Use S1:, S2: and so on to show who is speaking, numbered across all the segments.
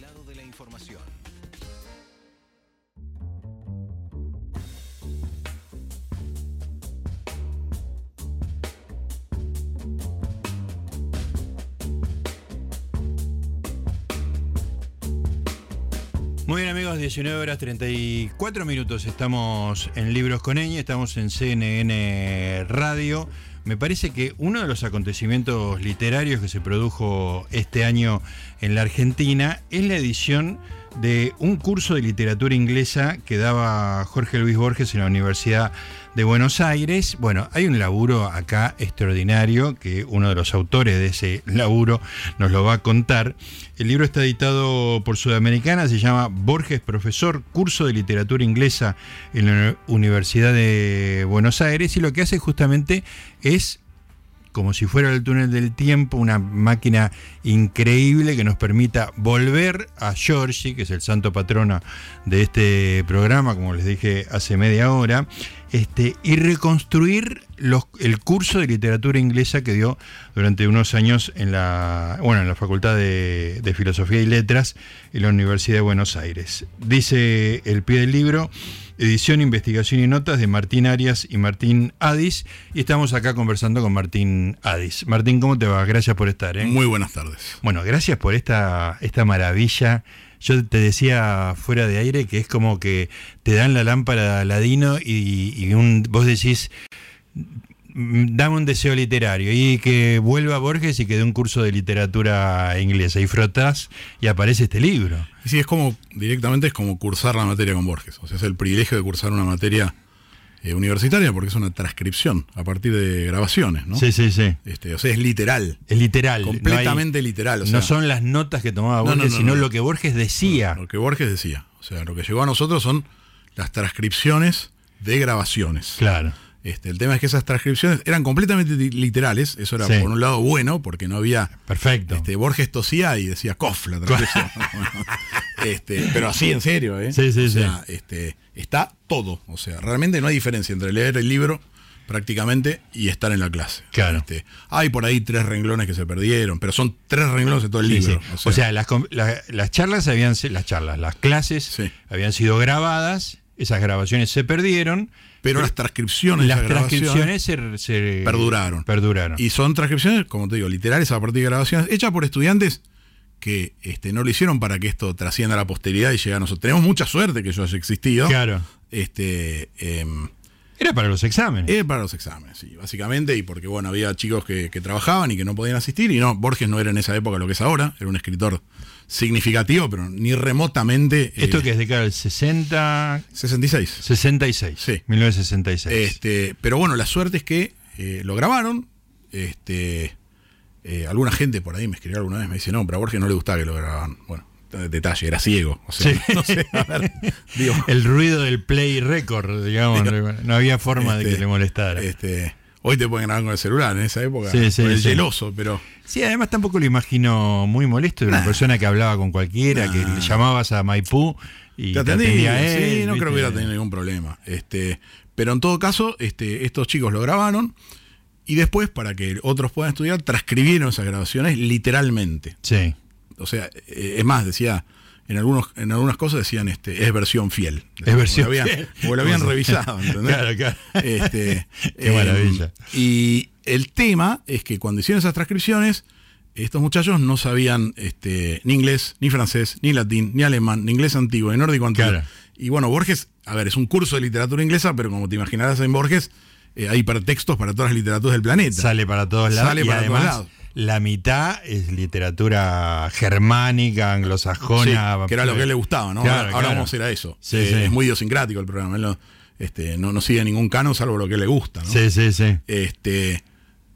S1: lado de la información.
S2: Muy bien amigos, 19 horas 34 minutos, estamos en Libros con Eñe, estamos en CNN Radio. Me parece que uno de los acontecimientos literarios que se produjo este año en la Argentina es la edición de un curso de literatura inglesa que daba Jorge Luis Borges en la Universidad de Buenos Aires. Bueno, hay un laburo acá extraordinario que uno de los autores de ese laburo nos lo va a contar. El libro está editado por Sudamericana, se llama Borges Profesor, curso de literatura inglesa en la Universidad de Buenos Aires y lo que hace justamente es como si fuera el túnel del tiempo, una máquina increíble que nos permita volver a Giorgi, que es el santo patrono de este programa, como les dije hace media hora, este, y reconstruir los, el curso de literatura inglesa que dio durante unos años en la, bueno, en la Facultad de, de Filosofía y Letras en la Universidad de Buenos Aires. Dice el pie del libro edición, investigación y notas de Martín Arias y Martín Adis. Y estamos acá conversando con Martín Adis. Martín, ¿cómo te va? Gracias por estar. ¿eh?
S3: Muy buenas tardes.
S2: Bueno, gracias por esta, esta maravilla. Yo te decía fuera de aire que es como que te dan la lámpara ladino y, y un, vos decís, "Mm, dame un deseo literario y que vuelva Borges y que dé un curso de literatura inglesa y frotás y aparece este libro.
S3: Sí, es como, directamente es como cursar la materia con Borges. O sea, es el privilegio de cursar una materia eh, universitaria porque es una transcripción a partir de grabaciones, ¿no?
S2: Sí, sí, sí.
S3: Este, o sea, es literal.
S2: Es literal. no
S3: Completamente
S2: hay,
S3: literal. O
S2: no
S3: sea,
S2: son las notas que tomaba Borges,
S3: No, no, no,
S2: sino
S3: no.
S2: lo que Borges decía.
S3: lo que Borges decía. O sea, lo que llegó a nosotros son las transcripciones de grabaciones.
S2: Claro.
S3: Este, el tema es que esas transcripciones eran completamente di- literales. Eso era,
S2: Sí.
S3: por un lado, bueno, porque no había
S2: Perfecto.
S3: Este, Borges tosía y decía cof la transgresión. Este, pero así en serio, ¿eh?
S2: Sí, sí,
S3: O sea, este, está todo. O sea, realmente no hay diferencia entre leer el libro prácticamente y estar en la clase.
S2: Claro.
S3: Este, hay por ahí tres renglones que se perdieron, pero son tres renglones de todo el
S2: Sí,
S3: libro.
S2: sí. O sea, las, com- la- las charlas habían si- las charlas, las clases
S3: Sí.
S2: habían sido grabadas, esas grabaciones se perdieron,
S3: pero las transcripciones, de
S2: las
S3: esas grabaciones
S2: transcripciones se, se-
S3: perduraron.
S2: perduraron.
S3: Y son transcripciones, como te digo, literales a partir de grabaciones hechas por estudiantes que este, no lo hicieron para que esto trascienda a la posteridad y llegue a nosotros. Tenemos mucha suerte que eso haya existido.
S2: Claro.
S3: Este, em,
S2: Era para los exámenes.
S3: eh, para los exámenes, sí, básicamente, y porque bueno, había chicos que, que trabajaban y que no podían asistir, y no, Borges no era en esa época lo que es ahora, era un escritor significativo, pero ni remotamente. eh,
S2: Esto que es de cara al 60,
S3: 66.
S2: 66.
S3: Sí.
S2: 1966.
S3: Este, pero bueno, la suerte es que eh, lo grabaron. Este, eh, alguna gente por ahí me escribió alguna vez, me dice, no, pero a Borges no le gustaba que lo grababan. Bueno, t- detalle, era ciego. O sea,
S2: Sí.
S3: Este, no sé, a ver, digo,
S2: El ruido del play record, digamos, no había forma de que
S3: este,
S2: le molestara.
S3: este, hoy te pueden grabar con el celular, en esa época,
S2: Sí, sí,
S3: con el
S2: sí.
S3: geloso, pero.
S2: Sí, además tampoco lo imagino muy molesto, era una persona que hablaba con cualquiera, que le llamabas a Maipú y
S3: Te
S2: te
S3: atendí,
S2: atendía él.
S3: sí, no
S2: ¿viste?
S3: creo que hubiera tenido ningún problema. Este, pero en todo caso, este, estos chicos lo grabaron y después, para que otros puedan estudiar, transcribieron esas grabaciones literalmente.
S2: Sí.
S3: O sea, eh, es más, decía, en algunos, en algunas cosas decían este, es versión fiel.
S2: Es versión
S3: o lo habían,
S2: fiel.
S3: o lo habían revisado, ¿entendés?
S2: Claro, claro.
S3: Este, em,
S2: Qué maravilla.
S3: Y el tema es que cuando hicieron esas transcripciones, estos muchachos no sabían este, ni inglés, ni francés, ni latín, ni alemán, ni inglés antiguo, ni nórdico antiguo.
S2: Claro.
S3: Y bueno, Borges, a ver, es un curso de literatura inglesa, pero como te imaginarás en Borges, eh, hay hipertextos para todas las literaturas del planeta.
S2: Sale para todos lados.
S3: eh, Sale
S2: y
S3: para todos
S2: además,
S3: lados.
S2: la mitad es literatura germánica, anglosajona.
S3: Sí, que era lo que a él le gustaba, ¿no?
S2: Claro,
S3: ahora
S2: claro.
S3: vamos a ir a eso.
S2: Sí,
S3: Eh,
S2: sí.
S3: Es muy idiosincrático el programa. Él no, este, no, no sigue ningún canon salvo lo que le gusta, ¿no?
S2: Sí, sí, sí.
S3: Este,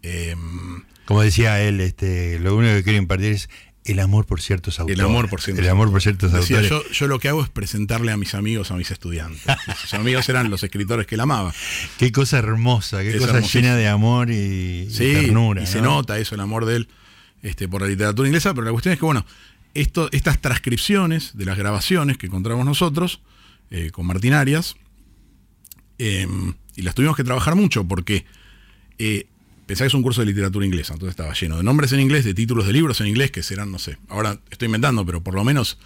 S3: em,
S2: Como decía él, este, lo único que quiero impartir es el amor por ciertos autores.
S3: amor por ciertos
S2: El amor por ciertos
S3: decía,
S2: autores.
S3: yo, yo lo que hago es presentarle a mis amigos, a mis estudiantes. Sus amigos eran los escritores que él amaba.
S2: Qué cosa hermosa, qué
S3: Es
S2: cosa
S3: hermosísimo.
S2: llena de amor y, y
S3: Sí,
S2: ternura.
S3: y se
S2: ¿no?
S3: nota eso, el amor de él este, por la literatura inglesa, pero la cuestión es que, bueno, esto, estas transcripciones de las grabaciones que encontramos nosotros eh, con Martín em, Arias, eh, y las tuvimos que trabajar mucho porque eh, pensá que es un curso de literatura inglesa, entonces estaba lleno de nombres en inglés, de títulos de libros en inglés, que serán, no sé, ahora estoy inventando, pero por lo menos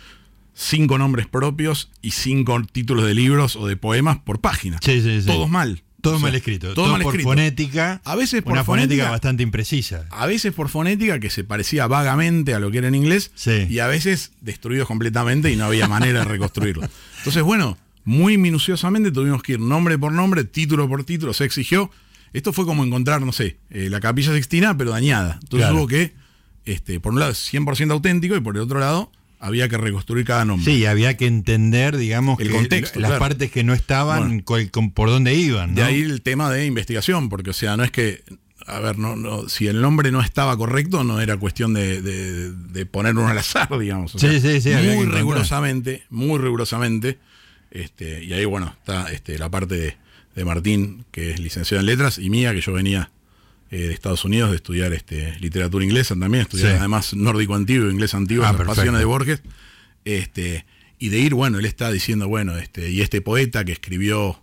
S3: cinco nombres propios y cinco títulos de libros o de poemas por página.
S2: Sí, sí, sí.
S3: Todos mal.
S2: Todo
S3: O sea,
S2: mal escrito.
S3: Todo, mal
S2: por
S3: escrito.
S2: fonética.
S3: A veces por
S2: una fonética,
S3: fonética Ah,
S2: bastante imprecisa.
S3: a veces por fonética, que se parecía vagamente a lo que era en inglés,
S2: Sí.
S3: y a veces destruidos completamente y no había manera de reconstruirlo. Entonces, bueno, muy minuciosamente tuvimos que ir nombre por nombre, título por título, se exigió. Esto fue como encontrar, no sé, eh, la capilla sextina, pero dañada. Entonces
S2: Claro.
S3: hubo que, este, por un lado, 100% auténtico y por el otro lado, había que reconstruir cada nombre.
S2: Sí, había que entender, digamos,
S3: El
S2: que
S3: contexto,
S2: las
S3: claro.
S2: partes que no estaban, cual- con- por dónde iban.
S3: De
S2: ¿no?
S3: ahí el tema de investigación, porque, o sea, no es que. A ver, no, no, si el nombre no estaba correcto, no era cuestión de, de- de poner uno al azar, digamos. o
S2: Sí,
S3: sea,
S2: sí, sí, había que
S3: Muy
S2: encontrar.
S3: rigurosamente, muy rigurosamente. Este, y ahí, bueno, está este, la parte de, de Martín, que es licenciado en letras, y mía, que yo venía eh, de Estados Unidos de estudiar este, literatura inglesa también, estudiar
S2: Sí.
S3: además nórdico antiguo, inglés antiguo,
S2: Ah,
S3: las
S2: perfecto.
S3: pasiones de Borges. Este, y de ir, bueno, él está diciendo, bueno, este, y este poeta que escribió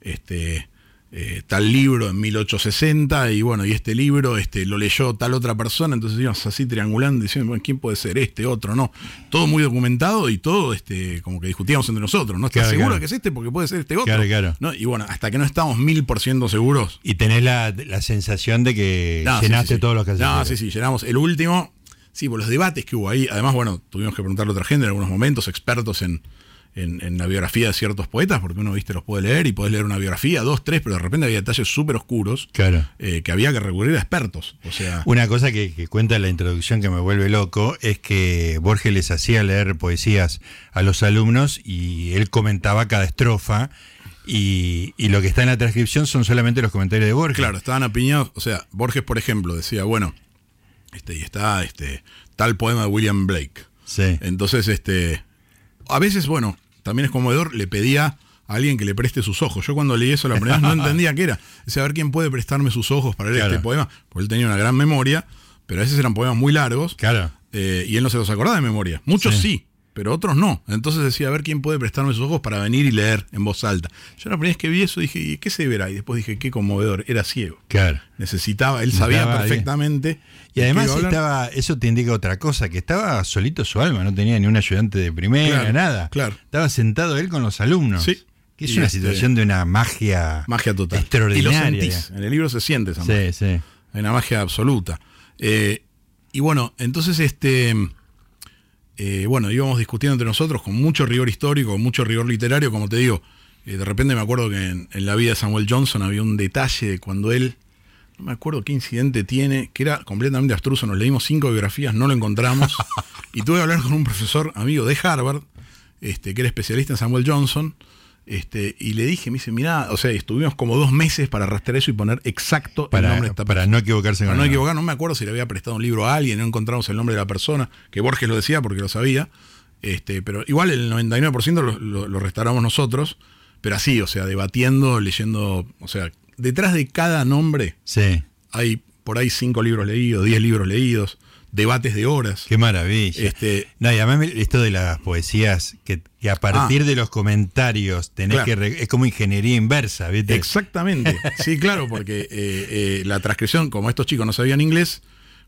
S3: este, eh, tal libro en 1860, y bueno, y este libro este, lo leyó tal otra persona, entonces íbamos así triangulando, diciendo, bueno, ¿quién puede ser este, otro, no? Todo muy documentado y todo este, como que discutíamos entre nosotros, ¿no? ¿Estás
S2: Claro,
S3: seguro
S2: claro.
S3: que es este? Porque puede ser este otro.
S2: Claro, claro.
S3: ¿no? Y bueno, hasta que no estamos mil por ciento seguros,
S2: Y tenés la, la sensación de que
S3: no, sí,
S2: Eh, llenaste
S3: sí, sí.
S2: todos los calzones.
S3: No, sí, sí, llenamos. El último, sí, por los debates que hubo ahí. Además, bueno, tuvimos que preguntarle a otra gente en algunos momentos, expertos en, en- en la biografía de ciertos poetas, porque uno, viste, los puede leer y podés leer una biografía, dos, tres, pero de repente había detalles súper oscuros
S2: Claro.
S3: eh, que había que recurrir a expertos. O sea,
S2: Una cosa que, que cuenta la introducción que me vuelve loco es que Borges les hacía leer poesías a los alumnos y él comentaba cada estrofa y, y lo que está en la transcripción son solamente los comentarios de Borges.
S3: claro, estaban apiñados. O sea, Borges, por ejemplo, decía, bueno, este, y está este, tal poema de William Blake.
S2: Sí.
S3: Entonces, este. A veces, bueno, también es conmovedor, le pedía a alguien que le preste sus ojos. Yo cuando leí eso la primera vez no entendía qué era. Dice, a ver quién puede prestarme sus ojos para leer
S2: Claro.
S3: este poema. Porque él tenía una gran memoria, pero a veces eran poemas muy largos
S2: Claro.
S3: eh, y él no se los acordaba de memoria. Muchos
S2: Sí.
S3: sí. pero otros no. Entonces decía, a ver quién puede prestarme sus ojos para venir y leer en voz alta. Yo la primera vez que vi eso dije, ¿y qué se verá? Y después dije, qué conmovedor, era ciego.
S2: Claro.
S3: Necesitaba, él sabía
S2: Estaba ahí.
S3: perfectamente. de
S2: Y
S3: qué
S2: además
S3: iba a hablar.
S2: estaba, eso te indica otra cosa, que estaba solito su alma, no tenía ni un ayudante de primera,
S3: Claro,
S2: nada.
S3: claro.
S2: Estaba sentado él con los alumnos.
S3: Sí.
S2: Que es
S3: Y
S2: una
S3: este-
S2: situación de una magia,
S3: Magia total.
S2: extraordinaria.
S3: Y lo sentís. En el libro se siente esa magia.
S2: Sí, sí.
S3: Hay una magia absoluta. Eh, y bueno, entonces este. eh, bueno, íbamos discutiendo entre nosotros con mucho rigor histórico, con mucho rigor literario, como te digo. eh, de repente me acuerdo que en, en la vida de Samuel Johnson había un detalle de cuando él. No me acuerdo qué incidente tiene, que era completamente abstruso. Nos leímos cinco biografías, no lo encontramos. y tuve que hablar con un profesor amigo de Harvard, este, que era especialista en Samuel Johnson. Este, y le dije, me dice, mirá, o sea, estuvimos como dos meses para rastrear eso y poner exacto el nombre de
S2: Para,
S3: esta
S2: para no equivocarse con
S3: para no
S2: el nombre.
S3: equivocar, no me acuerdo si le había prestado un libro a alguien, no encontramos el nombre de la persona, que Borges lo decía porque lo sabía, este, pero igual el 99% lo, lo, lo restauramos nosotros, pero así, o sea, debatiendo, leyendo, o sea, detrás de cada nombre
S2: Sí.
S3: hay por ahí cinco libros leídos, 10 libros leídos, debates de horas.
S2: Qué maravilla.
S3: Este,
S2: No, y además me- esto de las poesías, que, que a partir de los comentarios tenés
S3: Ah. Claro.
S2: que... re- es como ingeniería inversa, ¿viste?
S3: Exactamente. Sí, claro, porque eh, eh, la transcripción, como estos chicos no sabían inglés,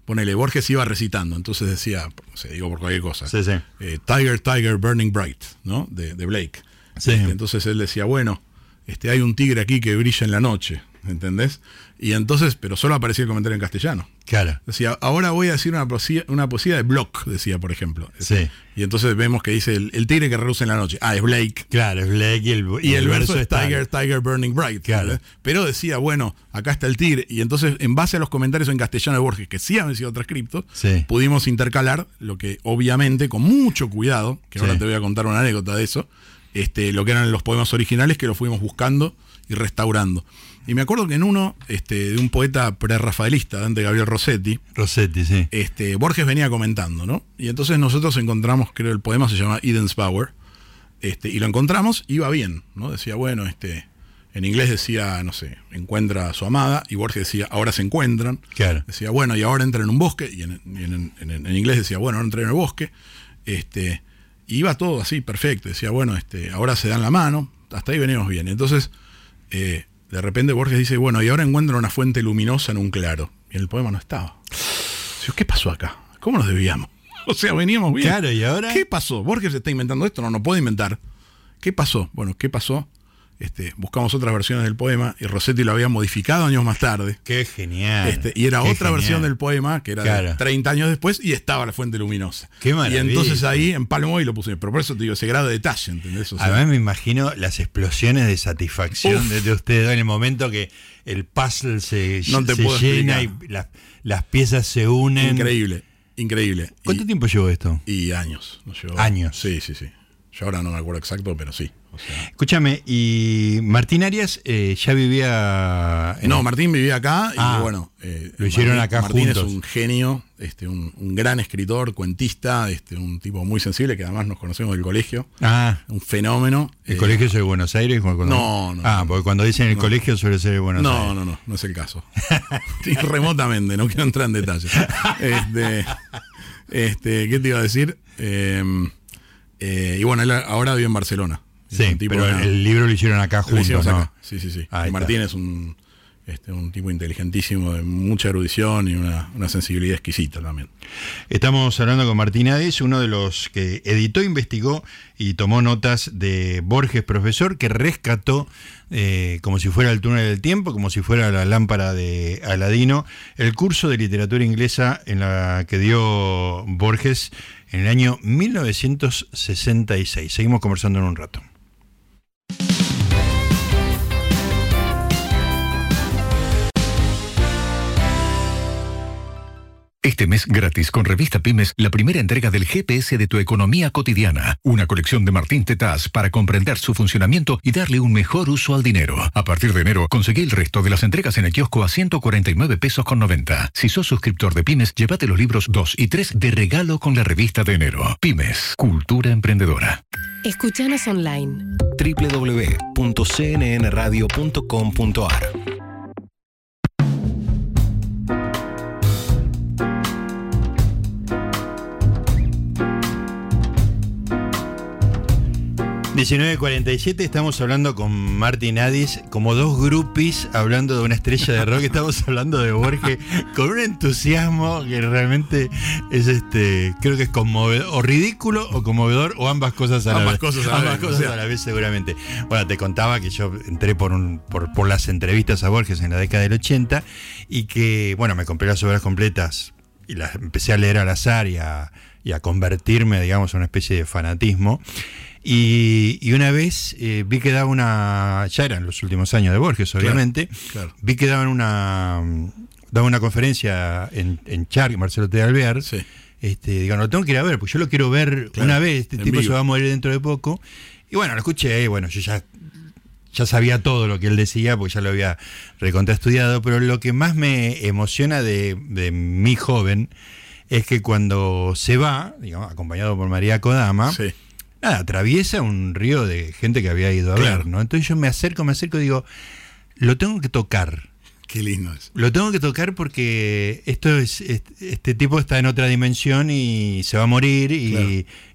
S3: ponele, Borges iba recitando, entonces decía, se digo por cualquier cosa,
S2: Sí, sí.
S3: eh, Tiger, Tiger, Burning Bright, ¿no? De, de Blake.
S2: Sí.
S3: Este, entonces él decía, bueno, este, hay un tigre aquí que brilla en la noche, ¿entendés? Y entonces, pero solo aparecía el comentario en castellano.
S2: Claro.
S3: Decía, ahora voy a decir una poesía, una poesía de Block, decía, por ejemplo.
S2: Sí.
S3: Y entonces vemos que dice, el, el tigre que reluce en la noche. Ah, es Blake.
S2: Claro, es Blake y el,
S3: Y el, verso, es Tiger,
S2: tal.
S3: Tiger Burning Bright.
S2: Claro.
S3: ¿verdad? Pero decía, bueno, acá está el tigre. Y entonces, en base a los comentarios en castellano de Borges, que sí habían sido transcriptos,
S2: Sí.
S3: pudimos intercalar lo que, obviamente, con mucho cuidado, que ahora
S2: Sí.
S3: te voy a contar una anécdota de eso, este, lo que eran los poemas originales que los fuimos buscando y restaurando. Y me acuerdo que en uno, este, de un poeta prerrafaelista, Dante Gabriel Rossetti,
S2: Rossetti, sí.
S3: este, Borges venía comentando, ¿no? Y entonces nosotros encontramos, creo el poema se llama Eden's Bower, este, y lo encontramos, iba bien, ¿no? Decía, bueno, este, en inglés decía, no sé, encuentra a su amada, y Borges decía, ahora se encuentran.
S2: Claro.
S3: Decía, bueno, y ahora entra en un bosque, y en, y en- en- en- en inglés decía, bueno, ahora entra en el bosque, este, y iba todo así, perfecto, decía, bueno, este, ahora se dan la mano, hasta ahí venimos bien. Entonces, eh, de repente Borges dice, bueno, y ahora encuentro una fuente luminosa en un claro. Y en el poema no estaba. Digo, ¿Qué pasó acá? ¿Cómo nos desviamos? O sea, veníamos bien.
S2: Claro, ¿y ahora?
S3: ¿Qué pasó? Borges está inventando esto, no, no puede inventar. ¿Qué pasó? Bueno, ¿qué pasó? Este, buscamos otras versiones del poema y Rossetti lo había modificado años más tarde.
S2: Qué genial.
S3: Este, y era
S2: Qué
S3: otra
S2: genial.
S3: versión del poema, que era de
S2: Claro.
S3: 30 años después, y estaba la fuente luminosa.
S2: Qué maravilla.
S3: Y entonces ahí empalmó y lo puse. Pero por eso te digo, ese grado de detalle, ¿entendés? O sea,
S2: Además me imagino las explosiones de satisfacción
S3: Uf.
S2: de- de usted en el momento que el puzzle se,
S3: No te
S2: se
S3: puedo
S2: llena y
S3: explicar.
S2: las- las piezas se unen.
S3: increíble, increíble. Y-
S2: ¿Cuánto tiempo llevó esto?
S3: Y años. nos llevó.
S2: Años. Eh.
S3: Sí, sí, sí. Yo ahora no me acuerdo exacto, pero sí. O sea,
S2: Escúchame, y Martín Arias eh, ya vivía en
S3: no, Martín vivía acá y
S2: Ah,
S3: bueno. eh,
S2: lo hicieron
S3: Martín-
S2: acá
S3: Martín
S2: juntos.
S3: es un genio, este, un, un gran escritor, cuentista, este, un tipo muy sensible que además nos conocemos del colegio.
S2: Ah,
S3: Un fenómeno.
S2: el
S3: Eh,
S2: colegio es de Buenos Aires. Cuando-
S3: No, no.
S2: Ah, porque cuando dicen el
S3: No.
S2: colegio suele ser de Buenos
S3: No,
S2: Aires.
S3: no, no, no es el caso. Sí, remotamente, no quiero entrar en detalles. Este, este, ¿Qué te iba a decir? Eh, eh, y bueno, él ahora vive en Barcelona. Es
S2: Sí,
S3: un tipo
S2: pero
S3: que-
S2: el libro lo hicieron acá
S3: Lo
S2: juntos,
S3: hicimos
S2: ¿no?
S3: acá. Sí, sí, sí.
S2: Ahí
S3: Y Martín es un, este, un tipo inteligentísimo, de mucha erudición y una, una sensibilidad exquisita también.
S2: Estamos hablando con Martín Ades, uno de los que editó, investigó y tomó notas de Borges, profesor, que rescató eh, como si fuera el túnel del tiempo, como si fuera la lámpara de Aladino, el curso de literatura inglesa en la que dio Borges en el año 1966. Seguimos conversando en un rato.
S1: Este mes gratis con Revista Pymes, la primera entrega del GPS de tu economía cotidiana, una colección de Martín Tetaz para comprender su funcionamiento y darle un mejor uso al dinero. A partir de enero, conseguí el resto de las entregas en el kiosco a 149 pesos con 90. Si sos suscriptor de Pymes, llévate los libros 2 y 3 de regalo con la revista de enero. Pymes, cultura emprendedora.
S4: Escuchanos online.
S5: www.cnnradio.com.ar
S2: siete estamos hablando con Martín Adis, como dos groupies hablando de una estrella de rock, estamos hablando de Borges con un entusiasmo que realmente es este, creo que es conmovedor, o ridículo o conmovedor, o ambas cosas a la
S3: Ambas
S2: vez.
S3: cosas a la
S2: ambas
S3: vez,
S2: cosas
S3: o sea.
S2: a la vez seguramente. Bueno, te contaba que yo entré por un, por, por las entrevistas a Borges en la década del 80 y que, bueno, me compré las obras completas y las empecé a leer al azar y a, y a convertirme, digamos, a una especie de fanatismo. Y, y una vez eh, vi que daba una. Ya eran los últimos años de Borges, obviamente.
S3: claro.
S2: Vi que daban una. Daba una conferencia en, en Char, Marcelo T. Alvear.
S3: Sí.
S2: Este, digo, no tengo que ir a ver, porque yo lo quiero ver
S3: Claro,
S2: una vez. Este
S3: en
S2: tipo se
S3: vivo.
S2: va a morir dentro de poco. Y bueno, lo escuché, y bueno, yo ya, ya sabía todo lo que él decía, porque ya lo había recontraestudiado. Pero lo que más me emociona de, de mi joven es que cuando se va, digamos, acompañado por María Kodama
S3: Sí.
S2: nada, atraviesa un río de gente que había ido a
S3: Claro.
S2: ver, ¿no? Entonces yo me acerco, me acerco y digo, lo tengo que tocar.
S3: Qué lindo es.
S2: Lo tengo que tocar porque esto es, es- este tipo está en otra dimensión y se va a morir y,
S3: Claro.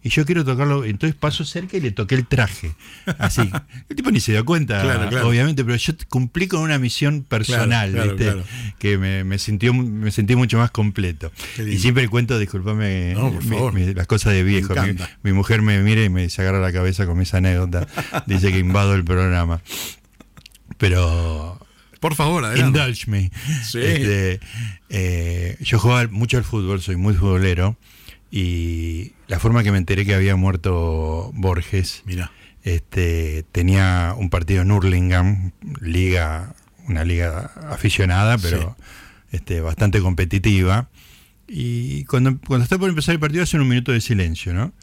S2: y yo quiero tocarlo. Entonces paso cerca y le toqué el traje. Así. El tipo ni se dio cuenta,
S3: Claro, claro.
S2: obviamente, pero yo cumplí con una misión personal,
S3: claro,
S2: ¿viste?
S3: claro.
S2: Que me, me sintió, me sentí mucho más completo.
S3: Qué lindo.
S2: Y siempre cuento, discúlpame,
S3: No, por
S2: mi-
S3: favor.
S2: mi- las cosas de viejo. Mi,
S3: encanta.
S2: mi mujer me mira y me se agarra la cabeza con mis anécdotas. Dice que invado el programa. Pero
S3: Por favor, adelante.
S2: Indulge me.
S3: Sí.
S2: Este, eh, yo jugaba mucho al fútbol, soy muy futbolero. Y la forma que me enteré que había muerto Borges,
S3: Mirá.
S2: este, tenía un partido en Hurlingham, liga, una liga aficionada, pero este, bastante competitiva. Y cuando, cuando está por empezar el partido hacen un minuto de silencio, ¿no?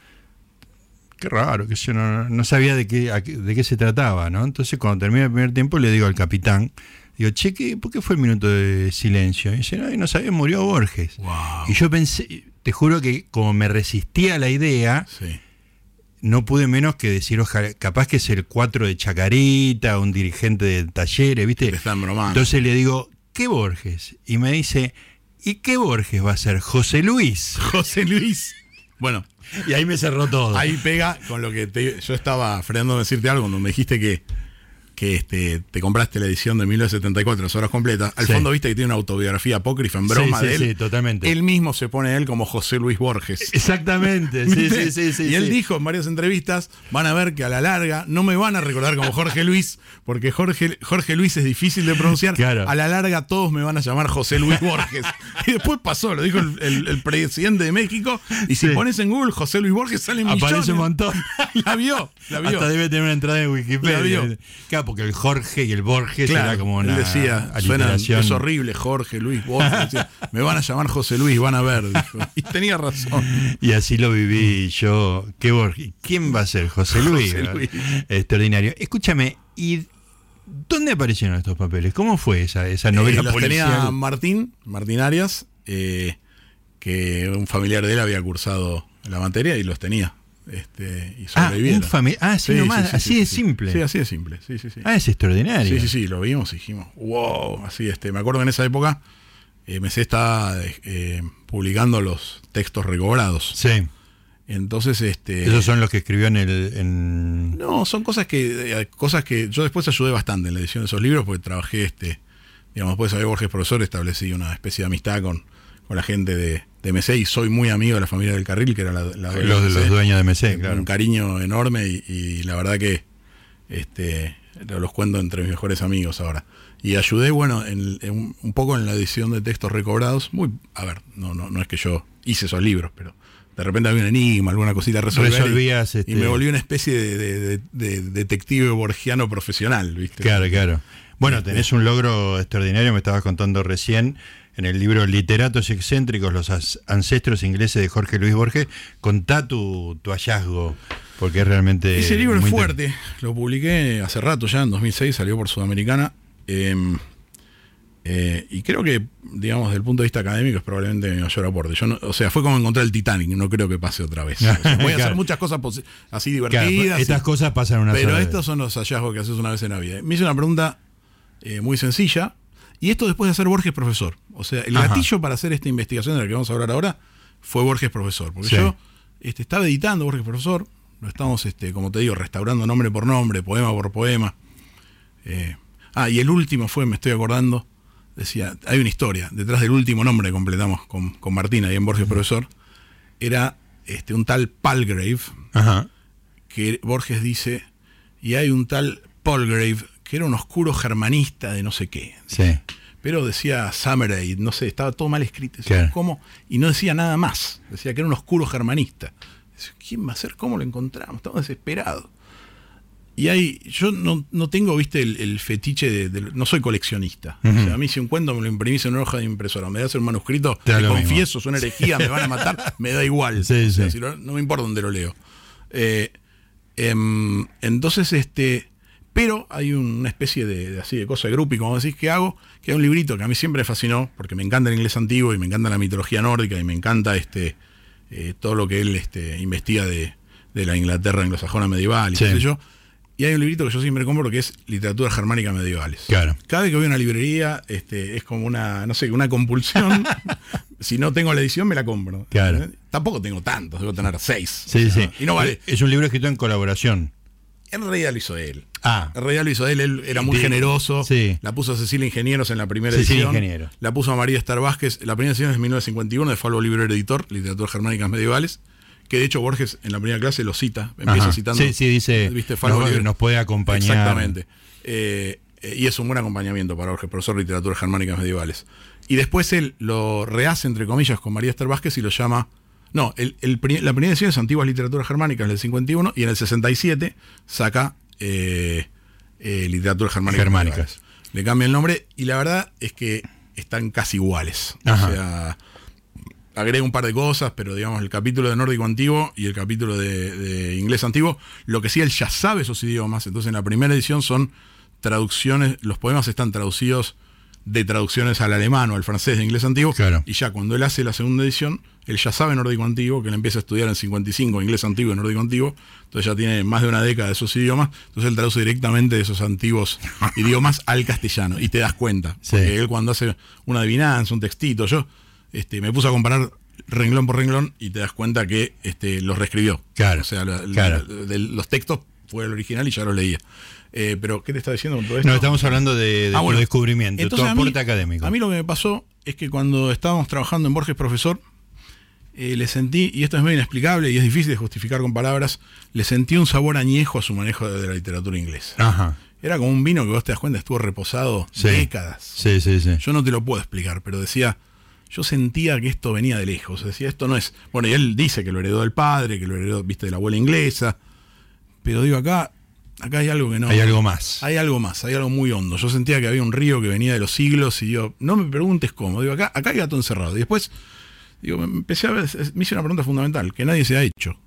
S2: Qué raro, que yo no, no sabía de qué, a qué- de qué se trataba, ¿no? Entonces cuando termina el primer tiempo le digo al capitán, digo, che, ¿qué- ¿por qué fue el minuto de silencio? Y dice, no, y no sabía, murió Borges.
S3: Wow.
S2: Y yo pensé, te juro que como me resistía a la idea,
S3: Sí.
S2: no pude menos que decir, ojalá, capaz que es el 4 de Chacarita, un dirigente de talleres, ¿viste?
S3: Te están bromando.
S2: Entonces le digo, ¿qué Borges? Y me dice, ¿y qué Borges va a ser? José Luis.
S3: José Luis. Bueno,
S2: Y ahí me cerró todo.
S3: ahí pega con lo que te- yo estaba frenando decirte algo, cuando me dijiste que, que este, te compraste la edición de 1974, las horas completas. Al
S2: Sí.
S3: fondo viste que tiene una autobiografía apócrifa en
S2: Sí,
S3: broma
S2: sí,
S3: de él.
S2: sí, totalmente.
S3: Él mismo se pone a él como José Luis Borges.
S2: Exactamente, sí, sí,
S3: ¿Viste?
S2: sí, sí.
S3: y él
S2: sí.
S3: dijo en varias entrevistas, van a ver que a la larga no me van a recordar como Jorge Luis, porque Jorge, Jorge Luis es difícil de pronunciar.
S2: Claro.
S3: A la larga todos me van a llamar José Luis Borges. y después pasó, lo dijo el, el- el presidente de México, y si
S2: Sí.
S3: pones en Google José Luis Borges salen millones.
S2: Aparece un montón.
S3: La vio, la vio.
S2: Hasta debe tener una entrada en Wikipedia.
S3: La vio.
S2: Claro, porque el Jorge y el Borges era como una
S3: él decía, suena,
S2: aliteración.
S3: es horrible Jorge Luis Borges, decía, me van a llamar José Luis, van a ver, dijo. y tenía razón.
S2: Y así lo viví yo. ¿Qué Borges? ¿Quién va a ser? José Luis.
S3: Mm. José Luis.
S2: Extraordinario. Escúchame, ¿y dónde aparecieron estos papeles? ¿Cómo fue esa, esa novela
S3: Eh, los
S2: policial?
S3: tenía Martín, Martín Arias, eh, que un familiar de él había cursado la materia y los tenía, este,
S2: Ah,
S3: y
S2: un
S3: sobrevivieron.
S2: familiar. Ah, sí,
S3: Sí,
S2: nomás,
S3: sí, sí,
S2: así
S3: sí,
S2: es
S3: sí.
S2: simple.
S3: Sí, así de simple, sí, sí, sí.
S2: Ah, es extraordinario.
S3: Sí, sí, sí, lo vimos y dijimos, wow, así, este, me acuerdo en esa época, eh, MC estaba eh, publicando los textos recobrados.
S2: Sí.
S3: Entonces, este...
S2: Esos son los que escribió en el. en-
S3: No, son cosas que eh, cosas que yo después ayudé bastante en la edición de esos libros porque trabajé este, digamos, después de saber Borges profesor establecí una especie de amistad con, con la gente de, de MC y soy muy amigo de la familia del Carril, que era la, la dueña
S2: los,
S3: de
S2: los
S3: MC,
S2: dueños de MC,
S3: Un
S2: claro.
S3: cariño enorme y, y la verdad que este lo- los cuento entre mis mejores amigos ahora. Y ayudé, bueno, en, en- un poco en la edición de textos recobrados. Muy, a ver, no, no, no es que yo hice esos libros, pero de repente había un enigma, alguna cosita a resolver. y-
S2: Resolvías, este-
S3: y me volví una especie de, de- de- de detective borgiano profesional, ¿viste?
S2: Claro, claro.
S3: Eh,
S2: Bueno, tenés un logro extraordinario, me estabas contando recién, en el libro Literatos Excéntricos, los as- ancestros ingleses de Jorge Luis Borges. Contá tu, tu hallazgo, porque es realmente...
S3: Ese libro es
S2: muy
S3: fuerte, lo publiqué hace rato ya, en 2006, salió por Sudamericana. em, eh, y creo que, digamos, desde el punto de vista académico es probablemente mi mayor aporte. Yo no- o sea, fue como encontrar el Titanic, no creo que pase otra vez. O sea, voy a
S2: Claro.
S3: hacer muchas cosas posi- así
S2: interesante. Claro,
S3: divertidas. y-
S2: estas cosas pasan una
S3: pero
S2: sola vez.
S3: estos son los hallazgos que haces una vez en la vida. Me hizo una pregunta eh, muy sencilla. Y esto después de hacer Borges profesor. O sea, el
S2: Ajá.
S3: gatillo para hacer esta investigación de la que vamos a hablar ahora fue Borges profesor. Porque
S2: Sí.
S3: yo este, estaba editando Borges profesor. Lo estamos, este, como te digo, restaurando nombre por nombre, poema por poema. Eh, ah, y el último fue, me estoy acordando, decía, hay una historia, detrás del último nombre que completamos con, con Martina ahí en Borges profesor, era este, un tal Palgrave,
S2: Ajá.
S3: que Borges dice, y hay un tal Palgrave, que era un oscuro germanista de no sé qué.
S2: Sí,
S3: Pero decía Summerade, no sé, estaba todo mal escrito. decía,
S2: Claro.
S3: ¿cómo? Y no decía nada más. Decía que era un oscuro germanista. Decía, ¿Quién va a ser? ¿Cómo lo encontramos? Estamos desesperados. Y ahí, yo no, no tengo, viste, el, el fetiche de, de- No soy coleccionista. O sea, a mí si un cuento me lo imprimís en una hoja de impresora, me das un manuscrito,
S2: Te da
S3: te
S2: lo mismo.
S3: confieso, es una herejía, me van a matar, me da igual.
S2: Sí,
S3: O sea,
S2: sí.
S3: si lo- no me importa dónde lo leo. Eh, em, entonces, este. Pero hay un- una especie de, de así de cosa de grupo, y como decís, que hago? Que hay un librito que a mí siempre me fascinó, porque me encanta el inglés antiguo y me encanta la mitología nórdica y me encanta este eh, todo lo que él este, investiga de, de la Inglaterra anglosajona medieval y
S2: Sí.
S3: qué sé yo. Y hay un librito que yo siempre compro que es Literatura Germánica Medievales.
S2: Claro.
S3: Cada vez que voy a una librería, este, es como una, no sé, una compulsión. si no tengo la edición, me la compro.
S2: Claro.
S3: ¿Eh? Tampoco tengo tantos, debo tener seis.
S2: sí,
S3: O sea,
S2: sí.
S3: Ah,
S2: Eh,
S3: Y no vale.
S2: Es un libro escrito en colaboración.
S3: En realidad lo hizo él.
S2: Ah,
S3: En realidad lo hizo él, él era muy
S2: Sí.
S3: generoso.
S2: Sí.
S3: La puso a Cecilia Ingenieros en la primera
S2: Cecilia
S3: edición.
S2: Ingeniero.
S3: La puso a María Estar Vázquez. La primera edición es de 1951, de Falvo Librero Editor, Literatura Germánicas Medievales. Que de hecho Borges en la primera clase lo cita. Empieza
S2: Ajá.
S3: citando.
S2: Sí, sí, dice,
S3: ¿viste? Falvo
S2: nos-
S3: Librero.
S2: nos puede acompañar.
S3: Exactamente. Eh, eh, y es un buen acompañamiento para Borges, profesor de Literatura Germánicas Medievales. Y después él lo rehace, entre comillas, con María Esther Vázquez y lo llama. No, el- el pri- la primera edición es Antiguas Literaturas Germánicas en el 51 y en el 67 saca eh, eh, Literatura Germánica
S2: Germánicas.
S3: Medievales. Le cambia el nombre y la verdad es que están casi iguales.
S2: Ajá.
S3: O sea, agrega un par de cosas, pero digamos, el capítulo de nórdico antiguo y el capítulo de, de inglés antiguo, lo que sí, él ya sabe esos idiomas, entonces en la primera edición son traducciones, los poemas están traducidos de traducciones al alemán o al francés de inglés antiguo,
S2: Claro.
S3: y ya cuando él hace la segunda edición, él ya sabe nórdico antiguo, que él empieza a estudiar en 55 inglés antiguo y nórdico antiguo, entonces ya tiene más de una década de esos idiomas, entonces él traduce directamente de esos antiguos idiomas al castellano, y te das cuenta,
S2: Sí.
S3: porque él cuando hace una adivinanza, un textito, yo este, me puse a comparar renglón por renglón y te das cuenta que este, los reescribió.
S2: Claro,
S3: O sea, la- la-
S2: claro.
S3: de- los textos fue el original y ya lo leía. Eh, pero, ¿qué te está diciendo con todo esto?
S2: No, estamos hablando de, de
S3: Ah,
S2: tu
S3: bueno.
S2: descubrimiento,
S3: Entonces,
S2: tu
S3: a mí-
S2: aporte académico.
S3: A mí lo que me pasó es que cuando estábamos trabajando en Borges Profesor, eh, le sentí, y esto es medio inexplicable y es difícil de justificar con palabras, le sentí un sabor añejo a su manejo de la literatura inglesa.
S2: Ajá.
S3: Era como un vino que vos te das cuenta estuvo reposado
S2: Sí.
S3: décadas.
S2: Sí, sí, sí.
S3: Yo no te lo puedo explicar, pero decía, yo sentía que esto venía de lejos. Decía, esto no es. Bueno, y él dice que lo heredó del padre, que lo heredó, viste, de la abuela inglesa. Pero digo, acá, acá hay algo que no.
S2: Hay algo más.
S3: Hay algo más, hay algo muy hondo. Yo sentía que había un río que venía de los siglos y yo, no me preguntes cómo. Digo, acá, acá hay gato encerrado. Y después, digo, me empecé a ver, me hice una pregunta fundamental que nadie se ha hecho.